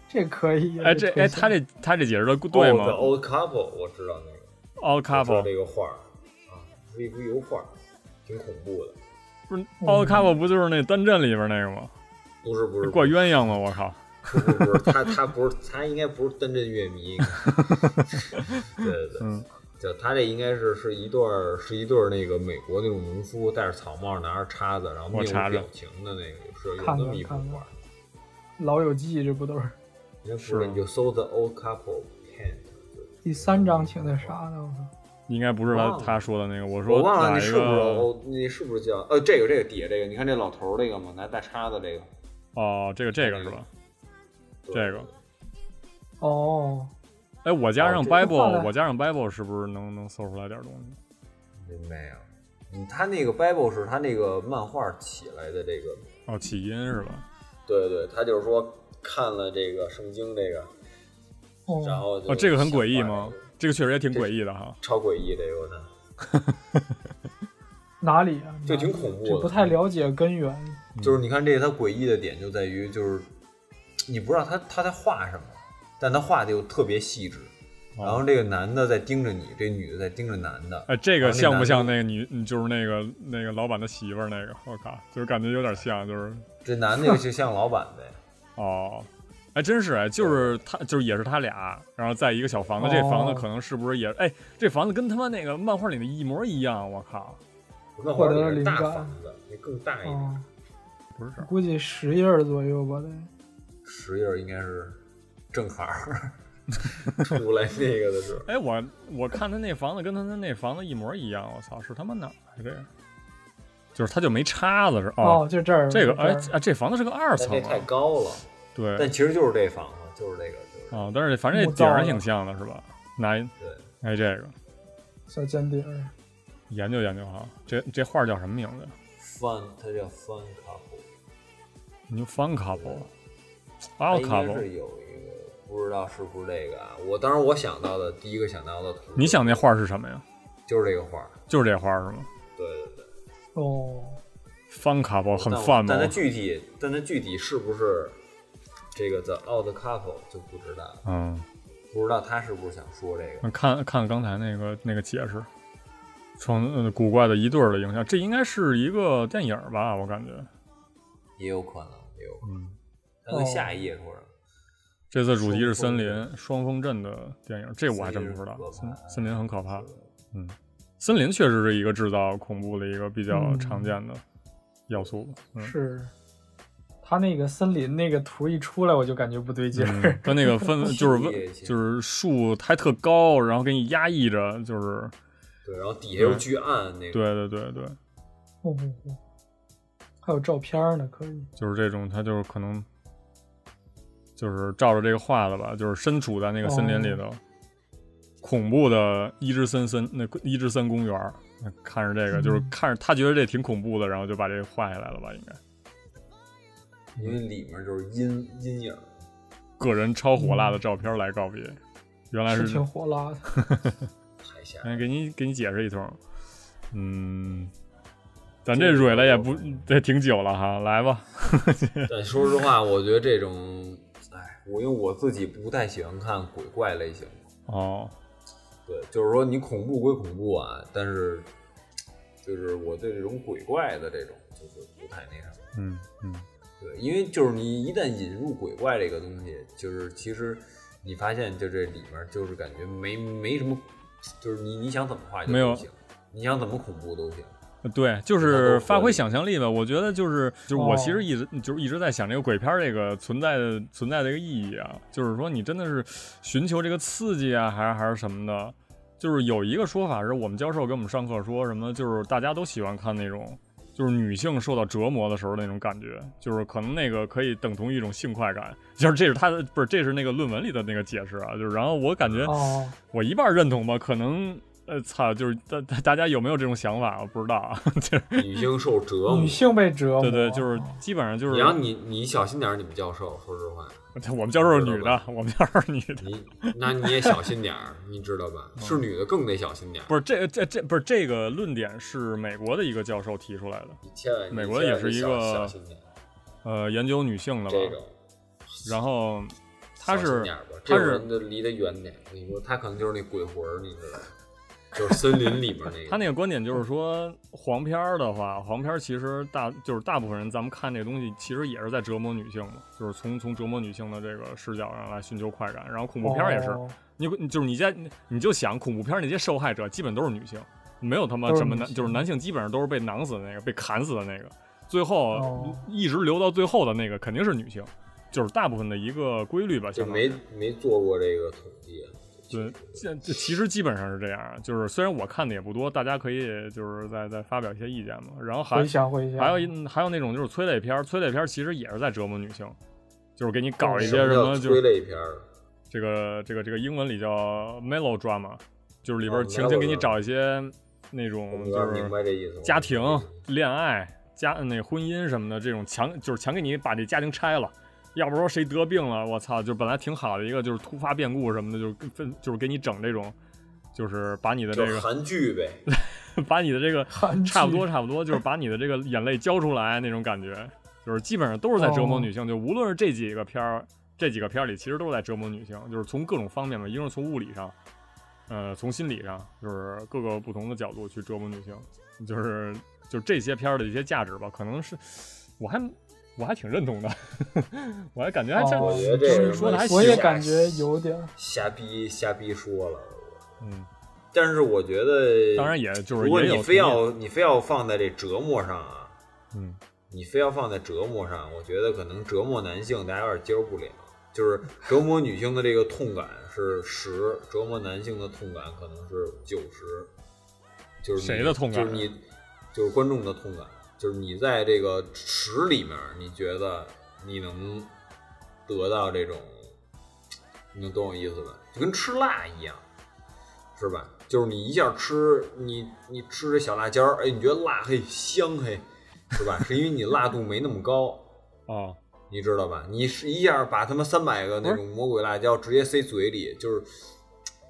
B: 这可以，
C: 哎，这哎，
B: 推荐
C: 他这他这解释的 对吗
D: Old couple，我知道那个。
C: ？All
D: 我知道
C: couple
D: 这个画儿啊，是一幅油画儿，挺恐怖的。
C: 不是 All couple 不就是那单镇里边那个吗？
D: 不是不是
C: 怪鸳鸯吗？我靠！
D: 不是不是，他他不是他应该不是单真乐迷。 应该对对对，
C: 嗯
D: 就他这应该是是一对儿是一对儿那个美国那种农夫，戴着草帽，拿着叉子，然后面
C: 我查查
D: 无表情的那个，是有
B: 看
D: 那
B: 看
D: 么一幅
B: 看看
D: 画儿。
B: 老友记这不都是
D: 应该不是，你就搜 The Old Couple Paint。
B: 第三章请的啥呢？我操
C: 应该不是他
D: 忘了
C: 他说的那个，我说
D: 我忘了
C: 哪一
D: 你是不是
C: 个？
D: 欧，你是不是叫呃这个这个底下这个，你看这老头儿那个嘛，拿大叉子这个，
C: 哦，这个这个是吧？
D: 对
C: 这个，
B: 哦，
C: 哎，我加上
D: 哦这个
B: 画
C: Bible，
B: 的
C: 我加上 Bible 是不是能能搜出来点东西？
D: 没有，嗯，他那个 Bible 是他那个漫画起来的这个，
C: 哦，起因是吧？
D: 对对，他就是说看了这个圣经这个，
B: 哦
D: 然后就
C: 哦，这个很诡异
D: 想画
C: 吗
D: 这个？
C: 这个确实也挺诡异的哈。
D: 超诡异这个我操，
B: 哪里啊？
D: 这
B: 哪里
D: 挺恐怖的
B: 这不太了解根源。
C: 嗯
D: 就是你看这个他诡异的点就在于就是你不知道他他在画什么，但他画的又特别细致，然后这个男的在盯着你，这女的在盯着男的，
C: 哦哎，这
D: 然
C: 个
D: 后
C: 像不
D: 男
C: 像
D: 的
C: 那个女，嗯就是那个那个老板的媳妇儿那个？我靠，就是感觉有点像，就是
D: 这男的就像老板呗。
C: 哦，哎，真是哎，就是他，就是也是他俩，然后在一个小房子，
B: 哦
C: 这房子可能是不是也哎，这房子跟他妈那个漫画里的一模一样，我靠，
D: 那会
B: 获
D: 儿
B: 得
D: 也
B: 了
D: 是
B: 灵
D: 大
B: 感
D: 房子，那更大一点，
B: 哦，
C: 不是
B: 估计十页儿左右吧，得。
D: 十页应该是正好儿 出来那个的时候。
C: 哎，我我看他那房子跟他那那房子一模一样，我操，是他妈哪儿来这个？就是他就没叉子是哦，
B: 哦，就这儿。
C: 这个
B: 就
C: 哎
B: 儿
C: 啊，这房子是个二
D: 但
C: 层
D: 这太
C: 啊，
D: 高了，
C: 对
D: 但其实就是这房子，就是这个，就是
C: 啊，但是反正这
B: 木造
C: 顶儿
B: 的
C: 挺像的是吧？拿一
D: 对。
C: 哎这个
B: 小尖顶儿。
C: 研究研究哈，这这画叫什么名字？
D: 翻，它叫翻 couple，
C: 你就 fun couple，all
D: 它应该
C: couple，
D: 是有一个，不知道是不是这个啊？我当时我想到的第一个想到的图，
C: 你想那画是什么呀？
D: 就是这个画儿，
C: 就是这画是吗？
D: 对对对，
B: 哦，
C: 翻卡包很
D: 但我
C: 泛吗
D: 但？它具体，但它具体是不是这个 the odd couple 就不知道了，
C: 嗯，
D: 不知道他是不是想说这个。
C: 那看看刚才那个那个解释，创呃古怪的一对儿的影像，这应该是一个电影吧？我感觉，
D: 也有可能，也有可能。
C: 嗯，
D: 他跟下一页说什么？
C: 这次主题是森
D: 双峰
C: 林双峰镇的电影，这我还真不知道。
D: 森
C: 森
D: 林是可怕
C: 森林很可怕，
D: 的
C: 嗯，森林确实是一个制造恐怖的一个比较
B: 嗯
C: 常见的要素吧。嗯，
B: 是。他那个森林那个图一出来，我就感觉不对劲
C: 嗯
B: 儿。
C: 它那个 氛就是
D: 细节一
C: 温
D: 些
C: 就是树还特高，然后给你压抑着，就是
D: 对，然后底下又巨暗那个。
C: 对对对对，
B: 哦哦哦还有照片儿呢，可以。
C: 就是这种，他就是可能就是照着这个画的吧，就是身处在那个森林里头，恐怖的伊之森森那伊之森公园儿，那看着这个、就是看着他觉得这挺恐怖的，然后就把这画下来了吧，应该。
D: 因为里面就是阴阴影。
C: 个人超火辣的照片来告别，原来嗯是
B: 挺火辣 的。
D: 太吓人
C: 哎，给你给你解释一通，嗯。咱这蕊了也不这挺久了哈，来吧，
D: 了！但说实话，我觉得这种，哎，我因为我自己不太喜欢看鬼怪类型。
C: 哦，
D: 对，就是说你恐怖归恐怖啊，但是就是我对这种鬼怪的这种就是不太那什么。
C: 嗯嗯，
D: 对，因为就是你一旦引入鬼怪这个东西，就是其实你发现就这里面就是感觉没没什么，就是你你想怎么画就
C: 没有
D: 都行，你想怎么恐怖都行。
C: 对，就
D: 它都
C: 是
D: 合
C: 发挥
D: 理
C: 想象力吧。我觉得就是就是我其实一直、就是一直在想这个鬼片儿这个存在的存在的一个意义啊，就是说你真的是寻求这个刺激啊，还是还是什么的。就是有一个说法是我们教授给我们上课说什么，就是大家都喜欢看那种就是女性受到折磨的时候那种感觉，就是可能那个可以等同于一种性快感。就是这是他的不是这是那个论文里的那个解释啊，就是然后我感觉
B: 哦，
C: 我一半认同吧，可能呃，操，就是大大大家有没有这种想法？我不知道啊， 就是
D: 女性受折磨
B: 女。性被折磨，
C: 对对，就是基本上就是
D: 然后你你小心点儿，你们教授，说实话，
C: 我们教授是女的，我们教授是女的，
D: 你那你也小心点儿，你知道吧？是女的更得小心点儿。
C: 嗯不是这这这不是这个论点是美国的一个教授提出来的，
D: 你千万，你
C: 美国
D: 千
C: 也
D: 万得
C: 是一
D: 小
C: 个
D: 小心点儿，
C: 呃，研究女性的
D: 这
C: 吧。
D: 种
C: 然后他
D: 小心
C: 是
D: 点儿吧，
C: 他
D: 这
C: 是
D: 种人就离得远点儿。你说他可能就是那鬼魂儿，你知道吧？就是森林里面那 个。
C: 他那个观点
D: 嗯
C: 就是说，黄片儿的话，黄片儿其实大就是大部分人咱们看这东西，其实也是在折磨女性嘛，就是从从折磨女性的这个视角上来寻求快感。然后恐怖片儿也是，
B: 哦
C: 你你就是你在你你就想恐怖片儿那些受害者基本都是女性，没有他妈
B: 都是
C: 什么
B: 女
C: 男，
B: 性
C: 就是男性基本上都是被囊死的那个，被砍死的那个，最后、
B: 哦
C: 一直留到最后的那个肯定是女性，就是大部分的一个规律吧，
D: 就
C: 相当于
D: 没没做过这个统计，啊
C: 对，这这其实基本上是这样啊，就是虽然我看的也不多，大家可以就是再再发表一些意见嘛。然后还
B: 回想回想，
C: 还有一还有那种就是催泪片儿，催泪片儿其实也是在折磨女性，就是给你搞一些
D: 哦什
C: 什么
D: 叫
C: 就
D: 催
C: 是
D: 泪片儿，
C: 这个这个这个英文里叫 melodrama，就是里边
D: 哦
C: 儿情景给你
D: melodrama 找
C: 找一些那
D: 我
C: 种
D: 们
C: 就
D: 要明
C: 是
D: 白这意思吗。
C: 家庭、恋爱、家那婚姻什么的这种强，就是强给你把这家庭拆了。要不说谁得病了，我操！就本来挺好的一个，就是突发变故什么的，就是跟分就是给你整这种，就是把你的这
D: 就是
C: 个，
D: 韩 剧呗，
C: 把你的这个
B: 韩剧
C: 差不多差不多，就是把你的这个眼泪浇出来那种感觉，就是基本上都是在折磨女性。就无论是这几个片儿，这几个片儿里其实都是在折磨女性，就是从各种方面嘛，一个是从物理上，呃，从心理上，就是各个不同的角度去折磨女性，就是就这些片儿的一些价值吧，可能是我还我还挺认同的，我还感觉还真、
B: 哦
D: 我觉得这
C: 你
D: 个
C: 哎说的还
B: 我也
C: 行
B: 感觉有点儿
D: 瞎逼瞎逼说了。
C: 嗯，
D: 但是我觉得，
C: 当然也就是
D: 如果
C: 也有
D: 你非
C: 同意
D: 要你非要放在这折磨上啊，
C: 嗯
D: 你非要放在折磨上，我觉得可能折磨男性大家有点接受不了，就是折磨女性的这个痛感是十，折磨男性的痛感可能是九十，就是你
C: 谁的痛感啊
D: 就是你，就是观众的痛感，就是你在这个十里面，你觉得你能得到这种，你能懂我意思吧？就跟吃辣一样，是吧？就是你一下吃，你你吃这小辣椒儿，哎，你觉得辣嘿香嘿，是吧？是因为你辣度没那么高，
C: 哦。
D: 你知道吧？你是一下把他妈三百个那种魔鬼辣椒直接塞嘴里，就是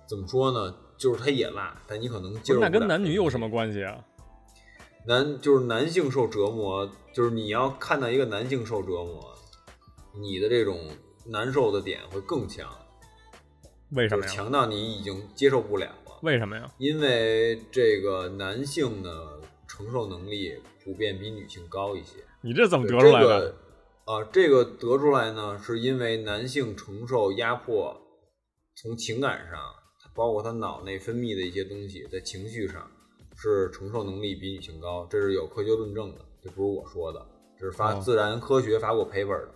D: 怎么说呢？就是它也辣，但你可能
C: 不是
D: 接受不
C: 那跟
D: 了
C: 男女有什么关系啊？
D: 男就是男性受折磨，就是你要看到一个男性受折磨，你的这种难受的点会更强，
C: 为什
D: 就
C: 么
D: 是
C: 呀？
D: 强到你已经接受不了了。
C: 为什么呀？
D: 因为这个男性的承受能力普遍比女性高一些。
C: 你这怎么
D: 对
C: 得出来
D: 这
C: 的
D: 个？啊，这个得出来呢，是因为男性承受压迫，从情感上，包括他脑内分泌的一些东西，在情绪上是承受能力比女性高，这是有科学论证的，这不是我说的，这是法
C: 哦
D: 《自然科学》法国 paper 的。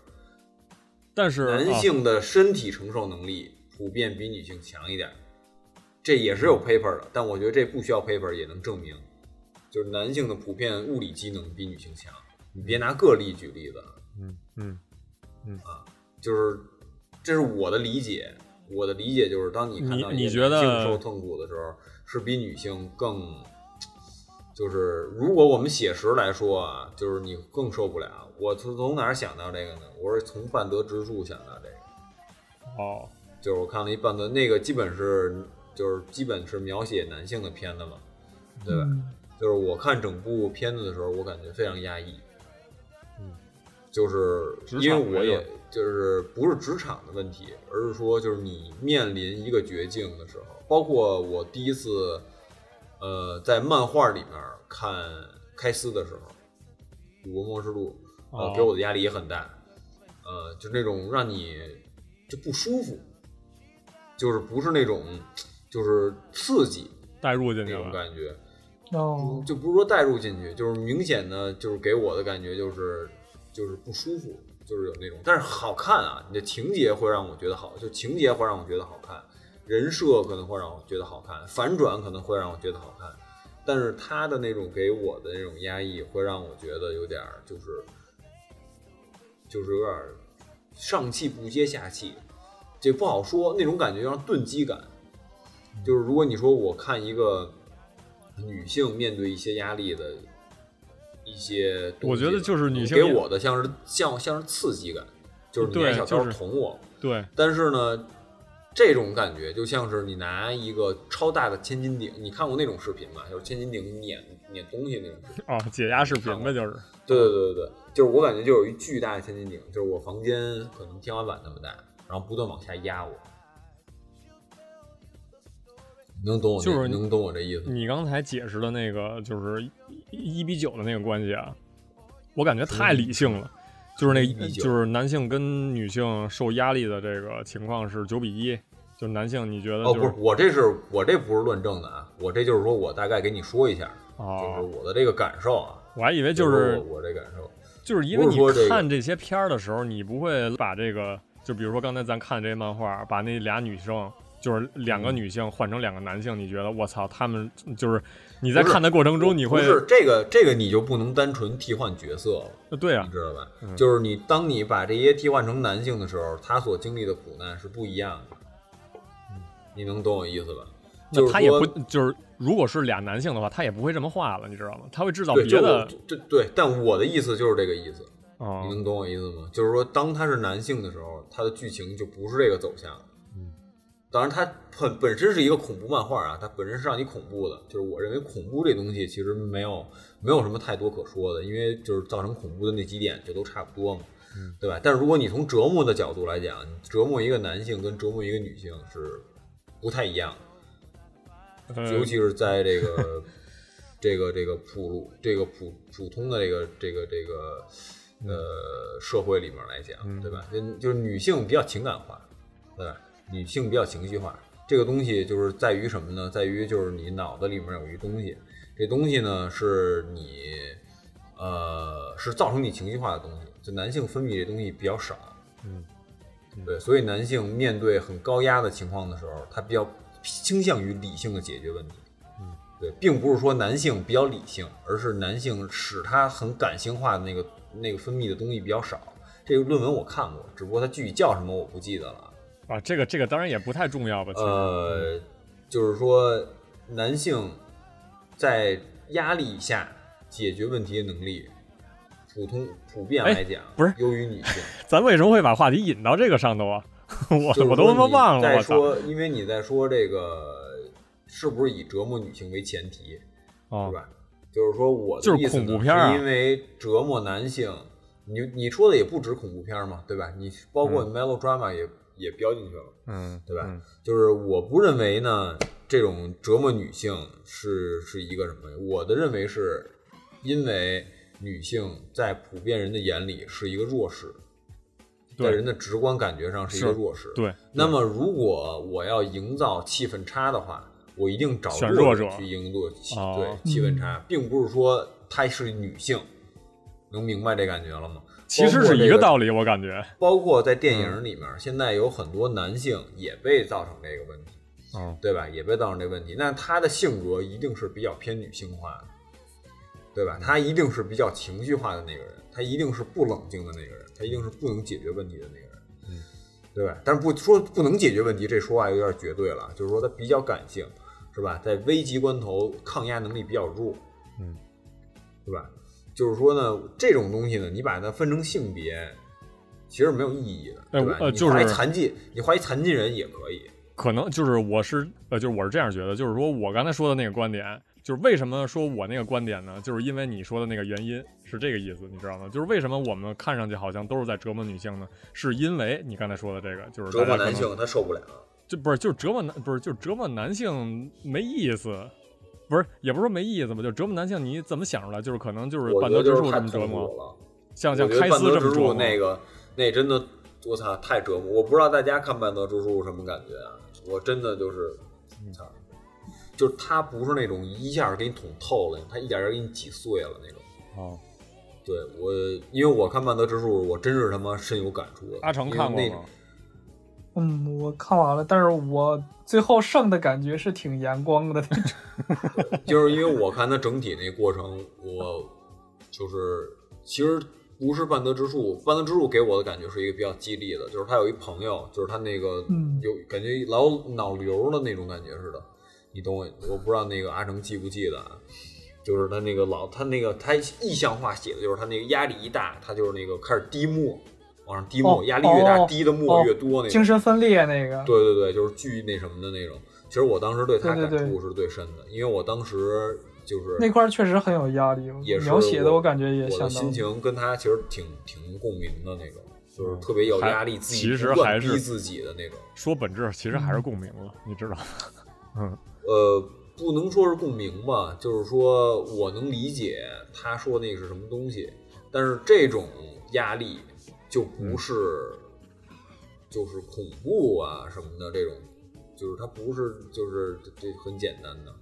C: 但是
D: 男
C: 啊
D: 性的身体承受能力普遍比女性强一点儿，这也是有 paper 的，但我觉得这不需要 paper 也能证明，就是男性的普遍物理机能比女性强。你别拿个例举例子啊，
C: 嗯嗯
D: 就是这是我的理解，我的理解就是，当你看到
C: 你
D: 一
C: 你
D: 个
C: 觉得
D: 男性受痛苦的时候，是比女性更，就是如果我们写实来说啊，就是你更受不了。我从从哪儿想到这个呢？我是从半泽直树想到这个。
C: 哦
D: 就是我看了一半的那个，基本是就是基本是描写男性的片子嘛，对吧？
B: 嗯
D: 就是我看整部片子的时候，我感觉非常压抑，
C: 嗯，
D: 就是
C: 职场
D: 因为我
C: 没有
D: 也就是不是职场的问题，而是说就是你面临一个绝境的时候，包括我第一次呃在漫画里面看开司的时候，《赌博默示录》
C: 哦
D: 呃，给我的压力也很大，呃，就那种让你就不舒服，就是不是那种就是刺激
C: 带入进
D: 那
C: 去
D: 种
C: 了。
D: 感觉，
B: 哦，
D: 嗯就不是说带入进去，就是明显的就是给我的感觉就是就是不舒服，就是有那种，但是好看啊，你的情节会让我觉得好，就情节会让我觉得好看，人设可能会让我觉得好看，反转可能会让我觉得好看，但是他的那种给我的那种压抑会让我觉得有点儿就是就是有点儿上气不接下气，这不好说，那种感觉有点儿钝击感。
C: 嗯
D: 就是如果你说我看一个女性面对一些压力的一些东西，
C: 我觉得就是女性
D: 给
C: 面
D: 我的像是像像是刺激感，就是你
C: 对
D: 拿小刀
C: 就是
D: 捅我，
C: 对，
D: 但是呢，这种感觉就像是你拿一个超大的千斤顶，你看过那种视频吗？就是千斤顶碾碾东西那种视频。
C: 哦，解压视频呗，就是，
D: 对对对对对，就是我感觉就有一巨大的千斤顶，就是我房间可能天花板那么大，然后不断往下压我。你能懂我这
C: 就是
D: 你能懂我这意思吗？
C: 你刚才解释的那个就是一一比九的那个关系啊，我感觉太理性了，就是那
D: 一比九
C: 就是男性跟女性受压力的这个情况是九比一，就是男性你觉得
D: 哦，
C: 就
D: 不是
C: 是，
D: 我这是我这不是论证的啊，我这就是说我大概给你说一下，就是
C: 哦，
D: 我的这个感受啊，
C: 我还以为
D: 就
C: 就是
D: 我我这感受。
C: 就是因为你
D: 不是说这个
C: 看这些片儿的时候，你不会把这个就比如说刚才咱看这些漫画，把那俩女生。就是两
D: 嗯
C: 个女性换成两个男性，你觉得我操，他们就是你在
D: 不是
C: 看的过程中，你
D: 不
C: 会
D: 是这个这个你就不能单纯替换角色了，
C: 对啊
D: 你，知道吧？就是你当你把这些替换成男性的时候，他所经历的苦难是不一样的。你能懂我意思吧？就
C: 嗯那
D: 是
C: 他也
D: 说
C: 不就是，如果是俩男性的话，他也不会这么画了，你知道吗？他会制造
D: 对，
C: 别
D: 就
C: 的
D: 我对对，但我的意思就是这个意思。
C: 啊
D: 你能嗯懂我意思吗？就是说，当他是男性的时候，他的剧情就不是这个走向。
C: 嗯，
D: 当然，它本本身是一个恐怖漫画啊，它本身是让你恐怖的。就是我认为恐怖这东西其实没有没有什么太多可说的，因为就是造成恐怖的那几点就都差不多嘛，
C: 嗯、
D: 对吧？但是如果你从折磨的角度来讲，你折磨一个男性跟折磨一个女性是不太一样的。
C: 呃
D: 尤其是在这个 这个这个普鲁这个普普通的这个这个这个呃社会里面来讲，
C: 嗯
D: 对吧？就就是女性比较情感化，对吧？女性比较情绪化，这个东西就是在于什么呢？在于就是你脑子里面有一东西，这东西呢是你呃是造成你情绪化的东西，就男性分泌这东西比较少，
C: 嗯，
D: 对，所以男性面对很高压的情况的时候，他比较倾向于理性的解决问题。
C: 嗯，
D: 对，并不是说男性比较理性，而是男性使他很感性化的那个那个分泌的东西比较少。这个论文我看过，只不过它具体叫什么我不记得了。
C: 啊，这个这个当然也不太嗯重要吧，其实
D: 呃，就是说男性在压力下解决问题的能力，普通普遍
C: 哎
D: 来讲，
C: 不是
D: 优于女性。
C: 咱为什么会把话题引到这个上头啊？
D: 就
C: 我
D: 是
C: 我都他妈
D: 说你
C: 忘了，
D: 在
C: 我操！
D: 说，因为你在说这个是不是以折磨女性为前提，
C: 啊
D: 是，吧？就是说我的
C: 就是
D: 意思
C: 恐怖
D: 呢
C: 片儿啊
D: 是因为折磨男性，你你说的也不止恐怖片儿嘛，对吧？你包括 melodrama 也、也标进去了，
C: 嗯，
D: 对吧？
C: 嗯
D: 就是我不认为呢，这种折磨女性是是一个什么？我的认为是，因为女性在普遍人的眼里是一个弱势，在
C: 对
D: 人的直观感觉上是一个
C: 是
D: 弱势，
C: 对，
D: 那么，如果我要营造气氛差的话，我一定找
C: 选弱
D: 弱
C: 者
D: 去营造气、
C: 哦
D: 对气氛差，并不是说她是女性，能明白这感觉了吗？
C: 其实是一
D: 包括这
C: 个
D: 个
C: 道理，我感觉。
D: 包括在电影里面，现在有很多男性也被造成这个问题，
C: 嗯，
D: 对吧？也被造成这个问题，那他的性格一定是比较偏女性化的，对吧？他一定是比较情绪化的那个人，他一定是不冷静的那个人，他一定是不能解决问题的那个人，
C: 嗯，
D: 对吧？但是不说不能解决问题，这说话有点绝对了，就是说他比较感性，是吧？在危急关头抗压能力比较弱，
C: 嗯，
D: 对吧？就是说呢，这种东西呢，你把它分成性别，其实没有意义的，
C: 哎
D: 对吧？
C: 我呃
D: 你
C: 就是
D: 画一残疾，你画一残疾人也可以，
C: 可能就是我是呃，就是我是这样觉得，就是说我刚才说的那个观点，就是为什么说我那个观点呢？就是因为你说的那个原因是这个意思，你知道吗？就是为什么我们看上去好像都是在折磨女性呢？是因为你刚才说的这个，就是
D: 折
C: 大
D: 磨
C: 家可
D: 男
C: 能
D: 性他受不了。
C: 就不是就是折磨男，不是就是折磨男性没意思，不是也不是说没意思吧，就折磨男性你怎么想出来？就是可能就是
D: 我
C: 半泽
D: 觉
C: 直
D: 得就是
C: 树
D: 太
C: 这么折
D: 痛苦
C: 磨，
D: 了。
C: 像
D: 我
C: 像
D: 觉得
C: 开
D: 半
C: 司
D: 泽
C: 这
D: 之
C: 么
D: 树
C: 折磨。
D: 那个那真的，我操，太折磨！我不知道大家看半泽之树什么感觉啊？我真的就是，操，就是他不是那种一下给你捅透了，他一点点给你挤碎了那种。
C: 哦，
D: 对我，因为我看半泽之树，我真是他妈深有感触。
C: 阿成看过
D: 因为
C: 吗？
B: 嗯，我看完了，但是我最后剩的感觉是挺阳光的那种。
D: 那？就是因为我看他整体那过程，我就是其实不是半泽直树，半泽直树给我的感觉是一个比较激励的，就是他有一朋友，就是他那个
B: 嗯
D: 有感觉老有脑瘤的那种感觉似的，你懂我？我不知道那个阿成记不记得啊，就是他那个老他那个他意象化写的就是他那个压力一大，他就是那个开始滴墨，往上滴墨，
B: 哦
D: 压力越大
B: 哦
D: 滴的墨
B: 哦
D: 越多那种
B: 精。神分裂那个，
D: 对对对，就是巨那什么的那种。其实我当时对他
B: 对
D: 感
B: 对对
D: 触是最深的，因为我当时就是
B: 那块儿确实很有压力，
D: 也是
B: 描写的
D: 我
B: 感觉也
D: 我
B: 相
D: 的
B: 当。
D: 心情跟他其实挺挺共鸣的那种，就是特别有
C: 嗯还
D: 压力，自己
C: 其实
D: 不断
C: 还是
D: 逼自己的那种。
C: 说本质其实还是共鸣了，你知道吗？
D: 呃，不能说是共鸣吧，就是说我能理解他说那是什么东西，但是这种压力就不是、就是恐怖啊什么的这种，就是它不是就是这这很简单的，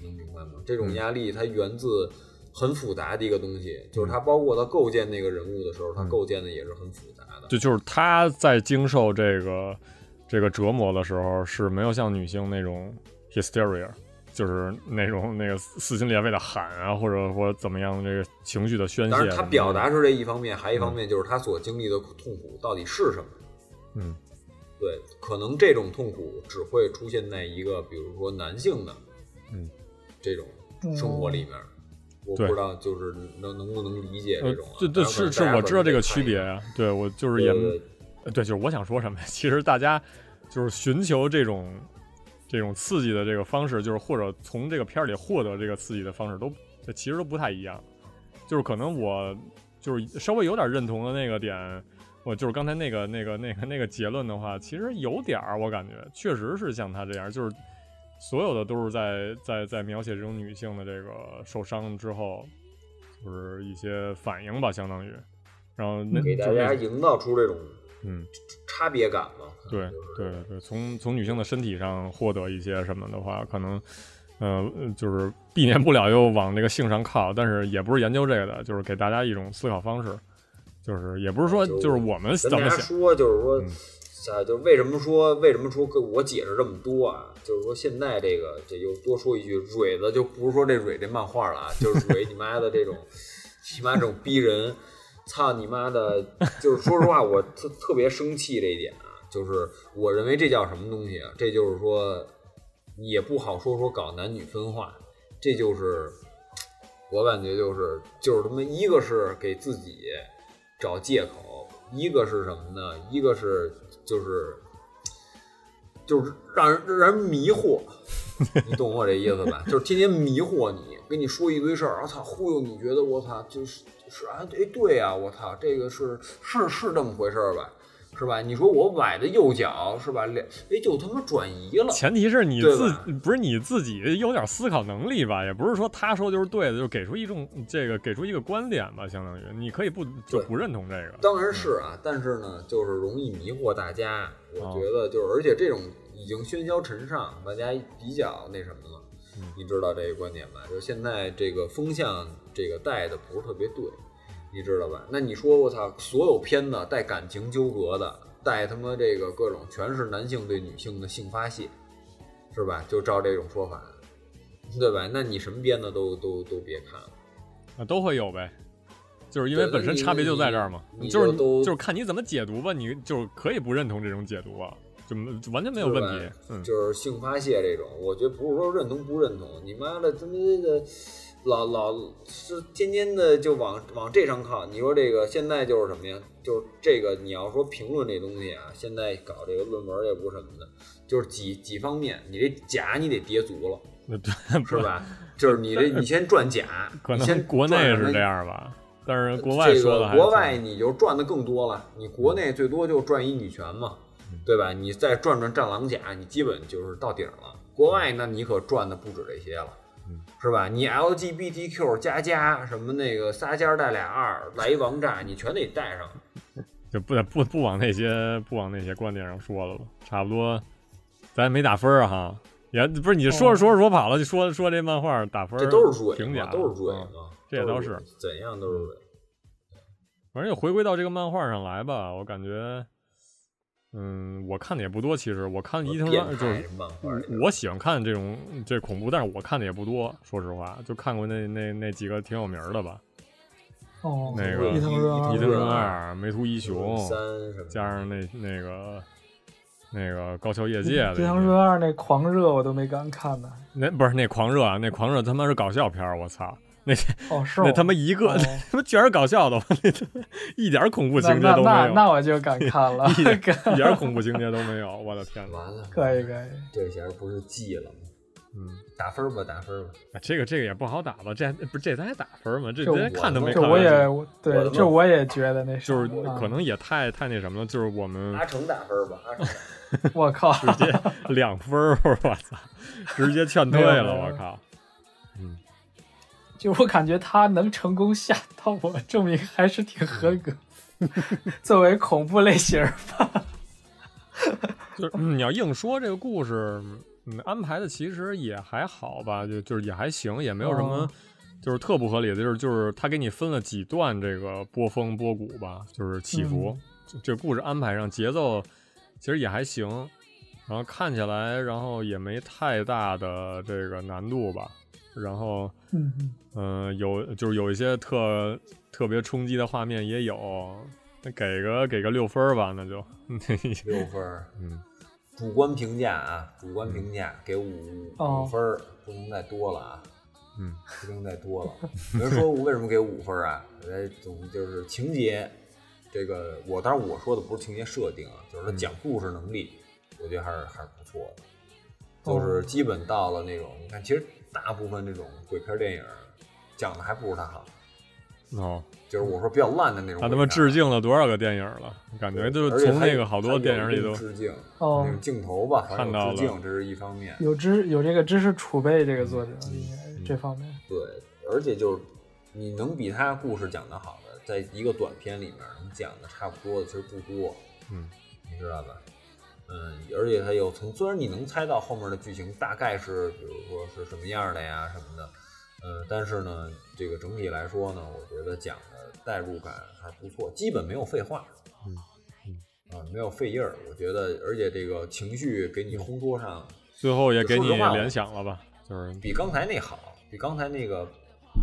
D: 你能明白吗？这种压力它源自。很复杂的一个东西，就是它包括它构建那个人物的时候，它构建的也是很复杂的。
C: 就就是他在经受这个这个折磨的时候，是没有像女性那种 hysteria，就是那种那个撕心裂肺的喊啊，或者或者怎么样这个情绪的宣泄。
D: 当然，他表达是这一方面，还一方面就是他所经历的痛苦到底是什么。
C: 嗯，
D: 对，可能这种痛苦只会出现在一个，比如说男性的，
C: 嗯，
D: 这种生活里面。我不
C: 对
D: 知道，就是能能不能理解
C: 呃
D: 这种、啊，
C: 这这是是我知道这个区别，啊，对我就是也
D: 对对对
C: 呃对，就是我想说什么呀？ 其实大家就是寻求这种这种刺激的这个方式，就是或者从这个片儿里获得这个刺激的方式都，这其实都不太一样。就是可能我就是稍微有点认同的那个点，我就是刚才那个那个那个那个结论的话，其实有点儿，我感觉确实是像他这样，就是所有的都是在在在描写这种女性的这个受伤之后，就是一些反应吧，相当于。然后那
D: 给大
C: 就那
D: 家营造出这种
C: 嗯，
D: 差别感嘛。可能
C: 对对对，从从女性的身体上获得一些什么的话，可能，呃，呃就是避免不了又往这个性上靠，但是也不是研究这个的，就是给大家一种思考方式，就是也不是说
D: 就
C: 就是我们
D: 跟
C: 怎
D: 大
C: 么
D: 家
C: 想，
D: 说，就是说，啊，就是为什么说为什么说跟我解释这么多啊？就是说现在这个这又多说一句，蕊的就不是说这蕊这漫画了啊，就是蕊你妈的这种，你妈这种逼人，操你妈的！就是说实话，我特特别生气这一点啊，就是我认为这叫什么东西啊？这就是说也不好说说搞男女分化，这就是我感觉就是就是他妈一个是给自己找借口，一个是什么呢？一个是就是就是让人让人迷惑，你懂我这意思吧？就是天天迷惑你，跟你说一堆事儿，我操，忽悠你觉得我操就是是啊，哎对啊，我操，这个是是是这么回事儿吧？是吧？你说我崴的右脚是吧？两哎就他妈转移了，
C: 前提是你
D: 对
C: 自
D: 吧
C: 不是你自己有点思考能力吧，也不是说他说就是对的，就给出一种这个给出一个观点吧，相当于你可以不就
D: 对
C: 不认同这个，
D: 当然是啊，但是呢，就是容易迷惑大家。我觉得就是，而且这种已经喧嚣尘上，大家比较那什么了。你知道这个观点吧？就现在这个风向，这个带的不是特别对，你知道吧？那你说我操，所有片子带感情纠葛的，带他妈这个各种全是男性对女性的性发泄，是吧？就照这种说法，对吧？那你什么片子都都都别看了。
C: 啊，都会有呗，就是因为
D: 对
C: 本身
D: 你
C: 差别
D: 你
C: 就在这儿嘛，
D: 你
C: 就是
D: 就都
C: 就是看你怎么解读吧，你就是可以不认同这种解读啊，就没就完全没有
D: 是
C: 问
D: 吧
C: 题，嗯，
D: 就是性发泄这种，我觉得不是说认同不认同，你妈的，他妈这个老老是天天的就往往这上靠。你说这个现在就是什么呀？就是这个你要说评论这东西啊，现在搞这个论文也不是什么的，就是几几方面，你这甲你得叠足了，
C: 那对，
D: 是 吧？就是你这你先赚甲，
C: 可
D: 你先
C: 能国
D: 赚
C: 内
D: 什么
C: 是这样吧，但是国外
D: 呃这
C: 说
D: 个
C: 的还
D: 国外你就赚的更多了，你国内最多就赚一女权嘛，
C: 嗯
D: 对吧？你再赚赚战狼甲，你基本就是到顶了。国外那你可赚的不止这些了，
C: 嗯
D: 是吧？你 LGBTQ 加加什么那个仨尖儿带俩二，来一王炸，你全得带上。
C: 就不不不往那些不往那些观点上说了吧，差不多，咱也没打分儿啊哈，也不是你说着说着说跑了，就说说这漫画打分儿
D: 哦这都是蕊
C: 评
D: 嘛
C: 价，
D: 都是蕊
C: 嗯
D: 嘛，
C: 这也
D: 都
C: 倒是嗯
D: 蕊怎样都是蕊。
C: 反正就回归到这个漫画上来吧，我感觉，嗯，我看的也不多，其实我看伊藤
D: 变
C: 润就是嗯
D: 态漫画里
C: 我喜欢看这种这恐怖，但是我看的也不多，说实话，就看过那那那几个挺有名儿的吧。
B: 哦，
C: 那个
B: 伊藤润
D: 伊
B: 二
C: 伊
D: 藤
C: 藤
D: 润
C: 润二、梅图一雄，
D: 三什么的，
C: 加上那那个那个高桥业界的
B: 伊藤
C: 一些
B: 润二那狂热我都没敢看呢。
C: 那不是那狂热啊，那狂热他妈是搞笑片儿，我操！那
B: 哦，是
C: 那
B: 吗？
C: 他妈一个，
B: 哦
C: 那他妈全是搞笑的，那他妈一点儿恐怖
B: 那
C: 情节
B: 那
C: 都
B: 那
C: 没有，
B: 那我就敢看了，
C: 一点
B: 可
C: 一点儿恐怖情节都没有，我的天哪！
D: 完了，
B: 以 可以。
D: 这下不是记了吗？
C: 嗯，
D: 打分吧，打分吧。
C: 啊这个这个也不好打吧？这不是这咱还打分吗？这
B: 这
C: 咱看都没
B: 这
C: 看
B: 我
C: 完，
B: 也
D: 我
B: 对
D: 的，
B: 这
D: 妈
B: 我也觉得那
C: 就是
B: 啥啊
C: 可能也太太那什么了，就是我们
D: 阿成打分吧，阿成打分。
B: 我靠，
C: 直接两分儿，我操，直接劝退
B: 没有
C: 了，
B: 没有
C: 我靠！
B: 就我感觉他能成功吓到我，证明还是挺合
C: 嗯
B: 格。 作为恐怖类型儿，
C: 就是、嗯你要硬说这个故事，嗯，安排的其实也还好吧，就就是也还行，也没有什么、
B: 哦
C: 就是特不合理的，就是就是他给你分了几段这个波峰波谷吧，就是起伏，这这故事安排上节奏其实也还行，然后看起来然后也没太大的这个难度吧，然后。
B: 嗯，嗯
C: 嗯，有就是有一些特特别冲击的画面也有，那给个给个六分儿吧，那就，
D: 六分儿，
C: 嗯，
D: 主观评价啊，主观评价给五
B: 哦
D: 五分儿，不能再多了啊，
C: 嗯，
D: 不能再多了。有人说我为什么给五分儿啊？呃，总就是情节，这个我当然我说的不是情节设定啊，就是说
C: 嗯
D: 讲故事能力，我觉得还是还是不错的，就是基本到了那种，你看，其实大部分这种鬼片电影讲的还不如他好，
C: 哦，
D: 就是我说比较烂的那种鬼片
C: 他
D: 啊。
C: 他妈致敬了多少个电影了？感觉就是从那个好多电影里都
D: 而且还有还有一定致敬，
B: 哦
D: 那种镜头吧，反正
C: 看到
D: 有
C: 了
D: 致敬，这是一方面。
B: 有知有这个知识储备，这个作者
C: 嗯
B: 应该这方面，
D: 对，而且就是你能比他故事讲得好的，在一个短片里面能讲的差不多的其实不多，
C: 嗯，
D: 你知道吧？嗯，而且他有从虽然你能猜到后面的剧情大概是，比如说是什么样的呀什么的，呃，但是呢，这个整体来说呢，我觉得讲的代入感还不错，基本没有废话，
C: 嗯
D: 啊、没有废印儿，我觉得，而且这个情绪给你烘托上
C: 最后也给你
D: 说实话我啊
C: 联想了吧？就是
D: 比刚才那好，比刚才那个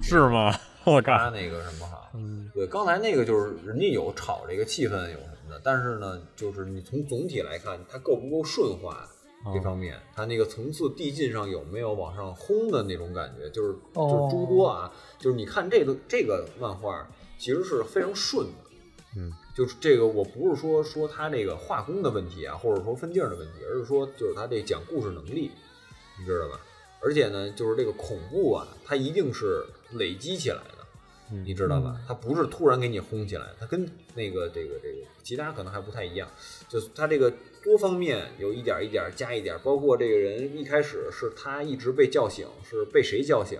C: 是吗？ 我
D: 他
C: 靠，
D: 那个什么好。
C: 嗯
D: 对，刚才那个就是人家有炒这个气氛有什么的，但是呢，就是你从总体来看，它够不够顺滑
C: 哦
D: 这方面，它那个层次递进上有没有往上轰的那种感觉，就是就
B: 哦
D: 是诸多啊，就是你看这个这个漫画其实是非常顺的，
C: 嗯
D: 就是这个，我不是说说他这个画工的问题啊，或者说分镜的问题，而是说就是他这讲故事能力，你知道吧？而且呢，就是这个恐怖啊，它一定是累积起来的，
C: 嗯
D: 你知道吧？它不是突然给你轰起来，它跟那个这个这个其他可能还不太一样，就是它这个多方面有一点一点加一点，包括这个人一开始是他一直被叫醒，是被谁叫醒，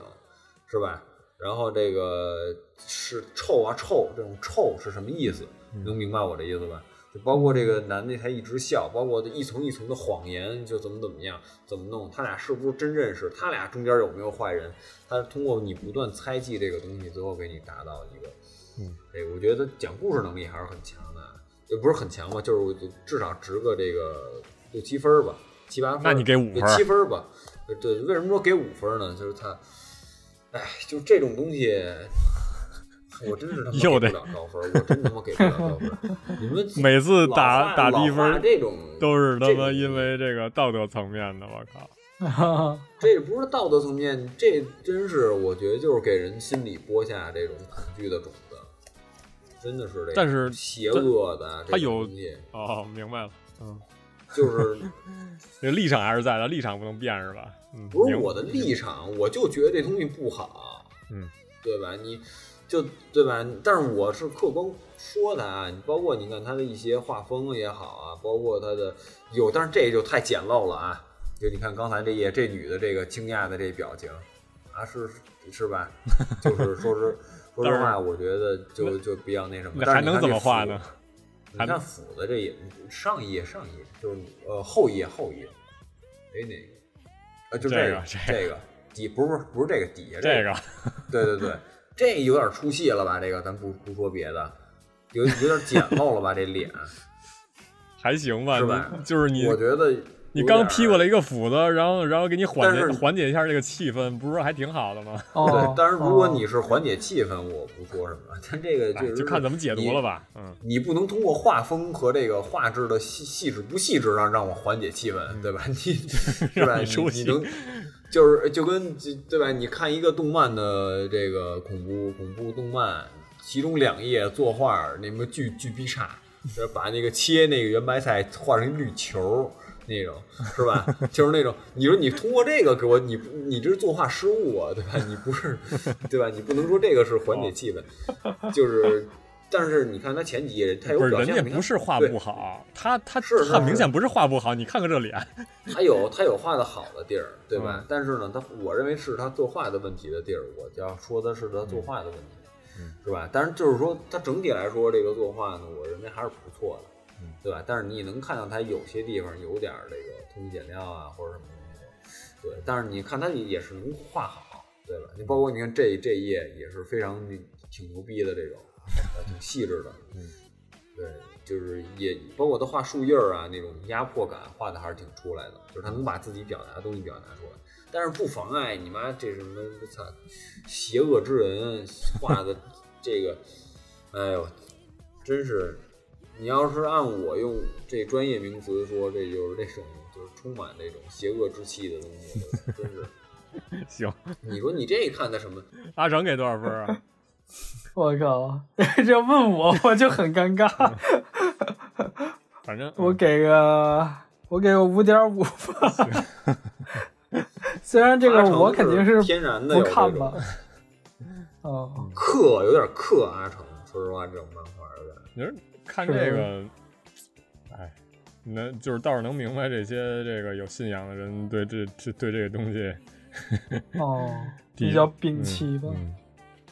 D: 是吧？然后这个是臭啊臭，这种臭是什么意思？能明白我的意思吧？就包括这个男的他一直笑，包括这一层一层的谎言，就怎么怎么样，怎么弄，他俩是不是真认识？他俩中间有没有坏人？他通过你不断猜忌这个东西，最后给你达到一个，
C: 嗯，
D: 哎，我觉得讲故事能力还是很强的，也不是很强吧，就是我就至少值个这个六七分儿吧，七八分儿。
C: 那你给五分儿
D: 七分儿吧？呃对，为什么说给五分儿呢？就是他，哎，就这种东西。我真是他妈
C: 又
D: 给
C: 得
D: 不了高分儿，我真他妈给不了高分儿。你们
C: 每次
D: 老
C: 打
D: 话
C: 打低
D: 老
C: 分
D: 话
C: 儿
D: 这种
C: 都是他
D: 这
C: 妈
D: 种
C: 因为这个道德层面的，我靠，
B: 哦
D: 这不是道德层面，这真是我觉得就是给人心里播下这种恐惧的种子，真的是这个。
C: 但是
D: 邪恶的这
C: 它
D: 种
C: 有
D: 东西
C: 哦，明白了，嗯，
D: 就是
C: 这立场还是在的，立场不能变是吧？嗯，
D: 不是
C: 明
D: 我的立场，我就觉得这东西不好，
C: 嗯，
D: 对吧？你就对吧？但是我是客观说它啊，你包括你看它的一些画风也好啊，包括它的有，但是这就太简陋了啊！就你看刚才这页这女的这个惊讶的这表情啊，是是吧？就是说是。 说实
C: 但
D: 话，我觉得就就比较那什么，
C: 那
D: 但
C: 还
D: 是你
C: 能
D: 看
C: 怎
D: 这
C: 么画
D: 斧
C: 呢？？
D: 你
C: 还
D: 看斧子这也上一页上一页就是呃后一页后一页，哎哪个？呃就
C: 这
D: 个
C: 个这
D: 这个底不是不是不是这个底下
C: 这
D: 个，
C: 个
D: 对对对，这有点出戏了吧？这个咱不不说别的，有有点简陋了吧？这脸，
C: 还行吧，
D: 是 吧
C: 你就是你
D: 我觉得
C: 你
D: 有点
C: 刚
D: 儿
C: 踢过来一个斧子，然后然后给你缓
D: 但
C: 解
D: 是
C: 缓解一下这个气氛，不是还挺好的吗？
B: 哦
D: 对，，当然，如果
B: 哦
D: 你是缓解气氛，我不说什么，但这个
C: 哎
D: 是
C: 就看怎么解读了。吧。嗯，
D: 你你不能通过画风和这个画质的细细致不细致上让我缓解气氛，对吧？ 你是
C: 让
D: 吧？
C: 你
D: 你
C: 出戏
D: 你能就是就跟对吧？你看一个动漫的这个恐怖恐怖动漫，其中两页作画那么巨巨逼差，就是把那个切那个圆白菜画成绿球。那种是吧？就是那种，你说你通过这个给我，你你这是作画失误啊，对吧？你不是，对吧？你不能说这个是缓解气氛，就是，但是你看他前几
B: 哎
D: 页，他有
C: 不是，
D: 表
C: 人
D: 现，
C: 家
D: 你看
C: 不是画
D: 对
C: 不好，他他
D: 是是
C: 很
D: 是
C: 明显不是画不好，你看看这脸，
D: 他有他有画的好的地儿，对吧？但是呢，他我认为是他作画的问题的地儿，我要说的是他作画的问题，是吧？但是就是说，他整体来说这个作画呢，我认为还是不错的，对吧？但是你也能看到他有些地方有点儿这个偷工减料啊，或者什么东西的，对。但是你看他也是能画好，对吧？你包括你看这这一页也是非常挺牛逼的这种，呃挺细致的，对，就是也包括他画树叶儿啊那种压迫感画的还是挺出来的，就是他能把自己表达的东西表达出来，但是不妨碍你妈这什么我操，邪恶之人画的这个， 哎呦，真是，你要是按我用这专业名词说，这就是这种就是充满这种邪恶之气的东西，我真是，
C: 行。
D: 你说你这看的什么？
C: 阿成给多少分 啊？
B: 我靠， 这问我我就很尴尬，
C: 嗯反正
B: 我
C: 嗯
B: 给个我给个五点五吧。 虽然这
D: 阿
B: 个
D: 成
B: 我肯定
D: 是
B: 是
D: 天然的
B: 不
D: 有这
B: 看
D: 种
B: 吧，哦，
D: 克有点克阿成，说实话，这种漫画有点。
C: 你说看这个，哎，能就是倒是能明白这些这个有信仰的人对这这对这个东西
B: 哦，
C: 第一
B: 比较摒弃吧。
C: 嗯，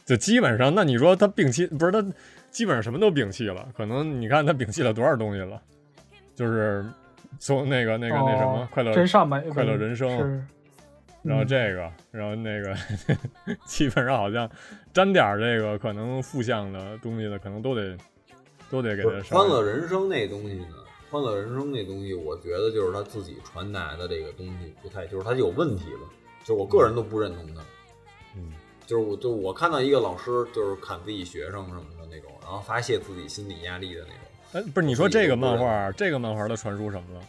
C: 就基本上，那你说他摒弃不是他基本上什么都摒弃了？可能你看他摒弃了多少东西了？就是从那个那个、那什么
B: 哦
C: 快乐
B: 真善美，
C: 快乐人生
B: 是，
C: 然后
B: 嗯
C: 这个，然后那个， 基本上好像沾点儿这个可能负向的东西的，可能都得都得给
D: 不
C: 他
D: 是
C: 稍微
D: 欢乐人生那东西呢？欢乐人生那东西，我觉得就是他自己传达的这个东西不太，就是他有问题了，就是我个人都不认同他。
C: 嗯，
D: 就是我就我看到一个老师就是砍自己学生什么的那种，然后发泄自己心理压力的那种，
C: 哎，不是你说这个漫画，这个漫画它传输什么了？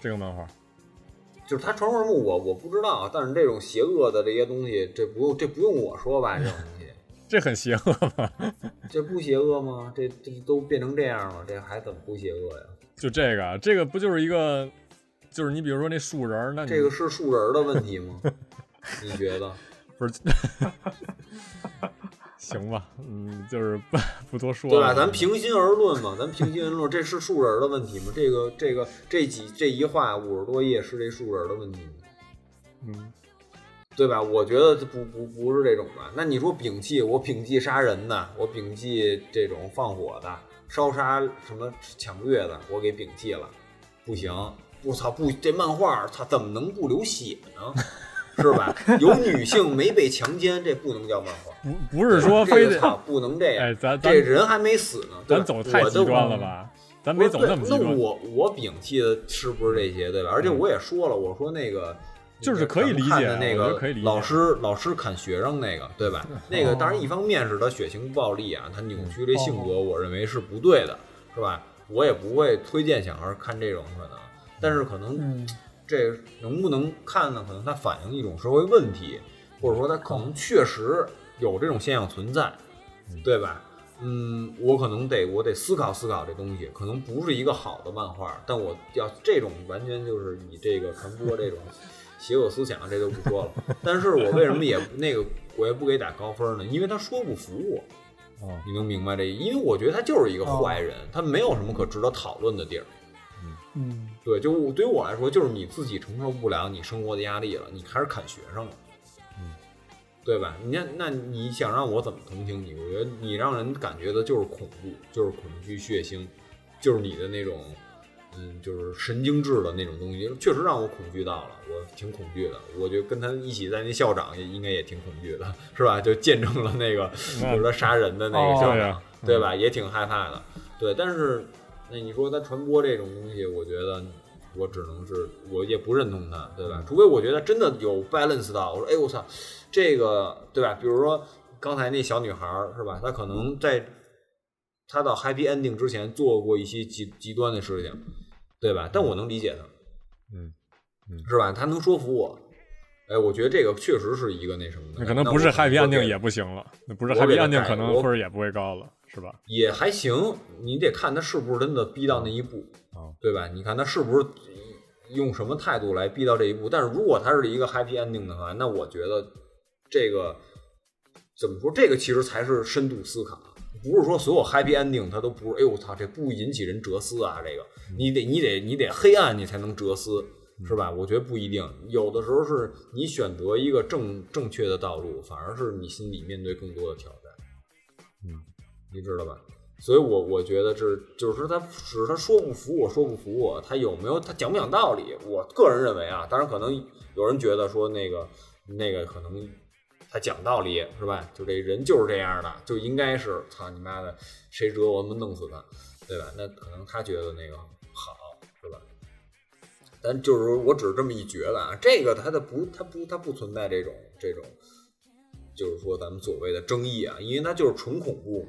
C: 这个漫画，
D: 就是他传说什么我我不知道，啊但是这种邪恶的这些东西，这不用这不用我说吧，这种东西。
C: 这很邪恶吧？
D: 这不邪恶吗？这这都变成这样了，这还怎么不邪恶呀？
C: 就这个，啊这个不就是一个，就是你比如说那树人儿，那你
D: 这个是树人的问题吗？你觉得？
C: 不 是行吧？嗯，就是不不多说了，
D: 对吧？咱平心而论嘛，咱平心而论，这是树人的问题吗？这个这个这几这一画五十多页是这树人的问题吗？
C: 嗯，
D: 对吧？我觉得不不不是这种吧？那你说摒弃，我摒弃杀人的，我摒弃这种放火的、烧杀什么抢掠的，我给摒弃了，不行，我操不，这漫画它怎么能不流血呢？是吧？有女性没被强奸，这不能叫漫画。
C: 不不 是说非
D: 这个操
C: 得，
D: 不能这样，
C: 哎，咱咱
D: 这人还没死呢，对
C: 咱
D: 吧
C: 走太极端了？吧？咱
D: 我
C: 没
D: 的
C: 走
D: 我
C: 那么极
D: 那
C: 端，嗯
D: 我我摒弃的是不是这些，对吧？而且我也说了，我说那个。
C: 就是可以理解
D: 咱们看的那
C: 我觉
D: 个
C: 得可以理解
D: 老师老师砍学生那个，对吧？那个当然一方面是他血腥暴力啊，他扭曲这性格，我认为是不对的，是吧？我也不会推荐小孩看这种可能，但是可能
B: 嗯，
D: 这能不能看呢？可能它反映一种社会问题，或者说它可能确实有这种现象存在，对吧？嗯，我可能得我得思考思考这东西，可能不是一个好的漫画，但我要这种完全就是以这个传播这种邪恶思想，这就不说了。但是我为什么也那个我也不给打高分呢？因为他说不服我，
C: 哦
D: 你能明白这？因为我觉得他就是一个坏人，他没有什么可值得讨论的地儿。
B: 嗯，
D: 对，就我对于我来说，就是你自己承受不了你生活的压力了，你开始砍学生了，嗯对吧？你看，那你想让我怎么同情你？我觉得你让人感觉的就是恐怖，就是恐惧、血腥，就是你的那种，嗯，就是神经质的那种东西，确实让我恐惧到了，我挺恐惧的。我就跟他一起在那校长也应该也挺恐惧的，是吧？就见证了那个，
C: 那
D: 就是他杀人的那个
B: 哦
D: 校
C: 对啊
D: 长，
C: 呀，
D: 对吧？也挺害怕的。对，但是那你说他传播这种东西，我觉得我只能是我也不认同他，对
C: 嗯
D: 吧？除非我觉得真的有 balance 到，我说哎我操，这个对吧？比如说刚才那小女孩儿是吧？她可能在她到 happy ending 之前做过一些极极端的事情，对吧？但我能理解她，
C: 嗯嗯
D: 是吧？她能说服我，哎，我觉得这个确实是一个那什么的，
C: 那可能
D: 那
C: 不是
D: 我
C: happy
D: 我
C: ending
D: 给
C: 也不行了，那不是
D: 我给
C: happy
D: 他
C: ending
D: 改
C: 可能
D: 我
C: 分儿也不会高了，是吧？
D: 也还行，你得看他是不是真的逼到那一步，
C: 哦
D: 对吧？你看他是不是用什么态度来逼到这一步。但是如果他是一个 happy ending 的话，那我觉得这个怎么说？这个其实才是深度思考，不是说所有 happy ending 它都不是。哎呦我操，这不引起人哲思啊！这个你得你得你得黑暗你才能哲思，是吧？我觉得不一定，有的时候是你选择一个正正确的道路，反而是你心里面对更多的挑战。
C: 嗯，
D: 你知道吧？所以我我觉得这就是他，只是他说不服我，说不服我，他有没有他讲不讲道理？我个人认为啊，当然可能有人觉得说那个那个可能他讲道理是吧？就这人就是这样的，就应该是操你妈的，谁折我们弄死他，对吧？那可能他觉得那个好是吧？但就是说我只是这么一觉得啊，这个他的不，他不，他不存在这种这种，就是说咱们所谓的争议啊，因为它就是纯恐怖嘛。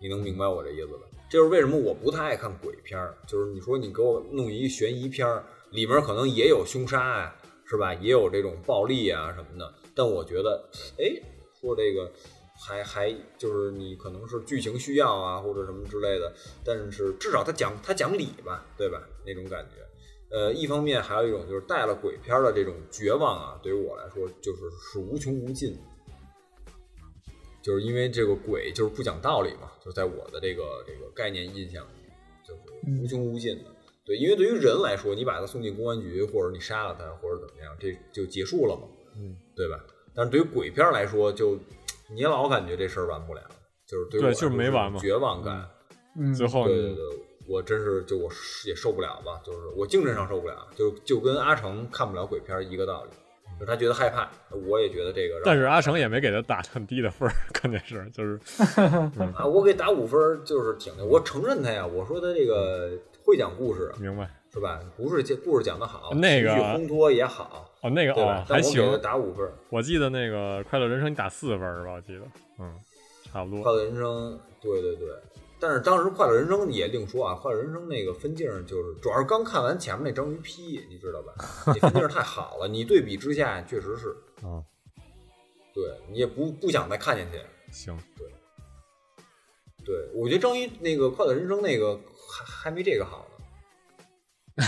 D: 你能明白我这意思吧？这就是为什么我不太爱看鬼片儿，就是你说你给我弄一悬疑片儿，里面可能也有凶杀啊，是吧？也有这种暴力啊什么的，但我觉得，哎，说这个还还就是你可能是剧情需要啊，或者什么之类的，但是至少他讲他讲理吧，对吧？那种感觉。呃，一方面还有一种就是带了鬼片儿的这种绝望啊，对于我来说就是是无穷无尽的。就是因为这个鬼就是不讲道理嘛，就在我的这个这个概念印象里，就是无穷无尽的。对，因为对于人来说，你把他送进公安局，或者你杀了他，或者怎么样，这就结束了嘛，
C: 嗯，
D: 对吧？但是对于鬼片来说，就你老感觉这事儿完不了，就是对
C: 对
D: 我来
C: 就
D: 说
C: 是没
D: 是
C: 完嘛
D: 绝望感。
B: 嗯，
C: 最后
D: 对对
C: 你
D: 对，我真是就我也受不了吧，就是我精神上受不了，就就跟阿成看不了鬼片儿一个道理，就是他觉得害怕，我也觉得这个让我。
C: 但是阿成也没给他打很低的分儿，关键是就是
D: 啊，我给打五分儿就是挺的，我承认他呀，我说他这个会讲故事
C: 明白
D: 是吧？故事故事讲得好，
C: 那个
D: 情绪烘托也好，
C: 哦，那个
D: 对吧？
C: 哦
D: 但
C: 还
D: 我给他
C: 行，
D: 打五分儿，
C: 我记得那个《快乐人生》你打四分儿是吧？我记得，嗯，差不
D: 《
C: 多
D: 快乐人生》对对对，但是当时《快乐人生》也另说啊，《快乐人生》那个分镜儿就是主要是刚看完前面那章鱼批，你知道吧？那分镜儿太好了，你对比之下确实是，
C: 啊，
D: 对你也不不想再看进去，
C: 行，
D: 对，我觉得章鱼那个《快乐人生》那个还还没这个好呢，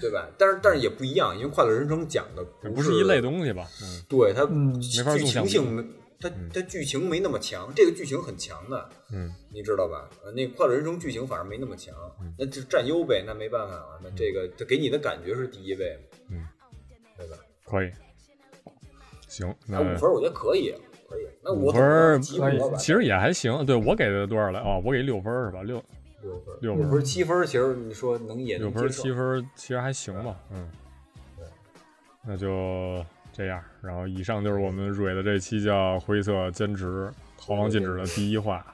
D: 对吧？但是但是也不一样，因为《快乐人生》讲的
C: 不
D: 是
C: 是一类，东西吧？嗯，
D: 对它
B: 嗯
D: 剧
C: 没法纵
D: 剧情
C: 向
D: 性没它它剧情没那么强，这个剧情很强的，
C: 嗯，
D: 你知道吧？呃那《快乐人生》剧情反而没那么强，那就占优呗，那没办法了，那这个它给你的感觉是第一位，
C: 嗯，
D: 对吧？
C: 可以，行，
D: 那
C: 那
D: 五分我觉得可以，可以，那
C: 五
D: 我
C: 分儿
D: 及格吧，
C: 其实也还行，对我给的多少来？哦，我给六分儿是吧？六
D: 六分儿，
C: 六
D: 五
C: 分儿
D: 分儿七分儿，其实你说能也
C: 六
D: 能
C: 分儿
D: 接受
C: 七。分儿其实还行吧，嗯，那就这样。然后以上就是我们蕊的这期叫《灰色兼职逃亡禁止》的第一话。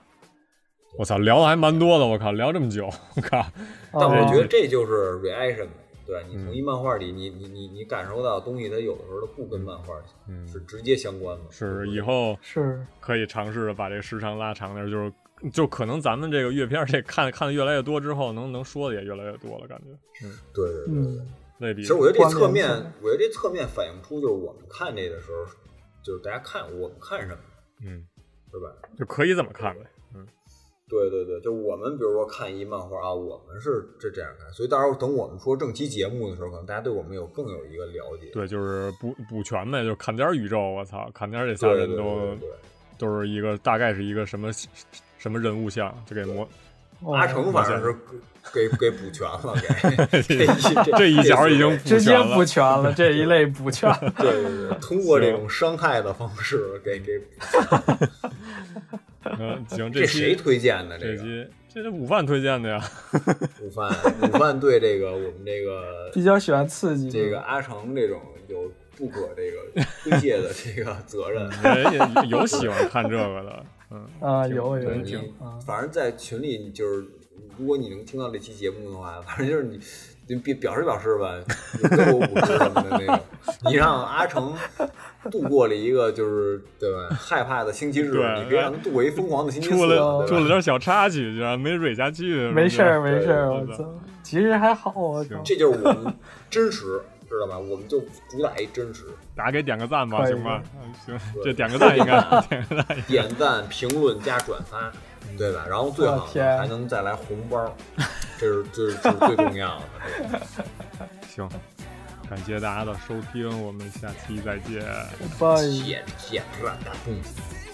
C: 我操，聊的还蛮多的，我靠，聊这么久，我 靠，
D: 但我觉得
B: 哦
D: 这就是 reaction，对
C: 嗯
D: 吧你从一漫画里，你你你你感受到的东西，它有的时候它不跟漫画
C: 嗯
D: 是直接相关的。
C: 是以后
B: 是
C: 可以尝试着把这个时长拉长点儿，就是就可能咱们这个阅片儿这看看的越来越多之后，能能说的也越来越多了，感觉
D: 对对对。
B: 嗯。
C: 类比
D: 其实我觉得这侧面
B: 关联性，
D: 我觉得这侧面反映出就是我们看这的时候，就是大家看我们看什么，
C: 嗯，
D: 是吧？
C: 就可以怎么看呗，
D: 对对对，就我们比如说看一漫画啊，我们是这这样看，所以到时候等我们说正期节目的时候，可能大家对我们有更有一个了解。
C: 对，就是补补全呗，就是砍点儿宇宙，我操，砍点儿这仨
D: 对对
C: 人
D: 对
C: 都
D: 对对。
C: 都是一个大概是一个什么什么人物像，就给 磨
B: 哦
D: 阿成反正是给给给补全了， 给这一
C: 这一角已经
D: 次
B: 直接
C: 补
B: 补全了，这一类补全。
D: 对对对，通过这种伤害的方式给给
C: 全了。嗯，行，
D: 这谁
C: 期
D: 推荐的
C: 这
D: 个
C: 期这是午饭推荐 的呀，
D: 午饭？午饭对这个我们这个
B: 比较喜欢刺激。
C: 嗯
D: 这个阿成这种有不可这个推卸的这个责任。啊
C: 人也哎有喜欢看这个的，嗯，
B: 啊，有有
D: 对
B: 有
D: 你
B: 啊，
D: 反正在群里就是，如果你能听到这期节目的话，反正就是你就表表示表示吧，给我五十什么的那种。你让阿成度过了一个就是对吧害怕的星期日，
C: 对
D: 你别让他度过一疯狂的星期四，
C: 出了
D: 对吧
C: 出了点小插曲，居然没蕊下去，是不是
B: 没事儿，没事儿，
C: 对
B: 我
C: 对
B: 操，其实还好，我操
C: 行，
D: 这就是我们真实，知道吧？我们就主打一真实，
C: 大家给点个赞吧，
B: 可以
C: 行吧？嗯行，这点个赞应该 点个赞，
D: 点赞、评论加转发，对吧？然后最好
B: 嗯我天
D: 呢还能再来红包，这是这是这是最重 要的。
C: 行。感谢大家的收听，我们下期再见。
B: 拜。
D: 铁铁不让他动。
A: Oh,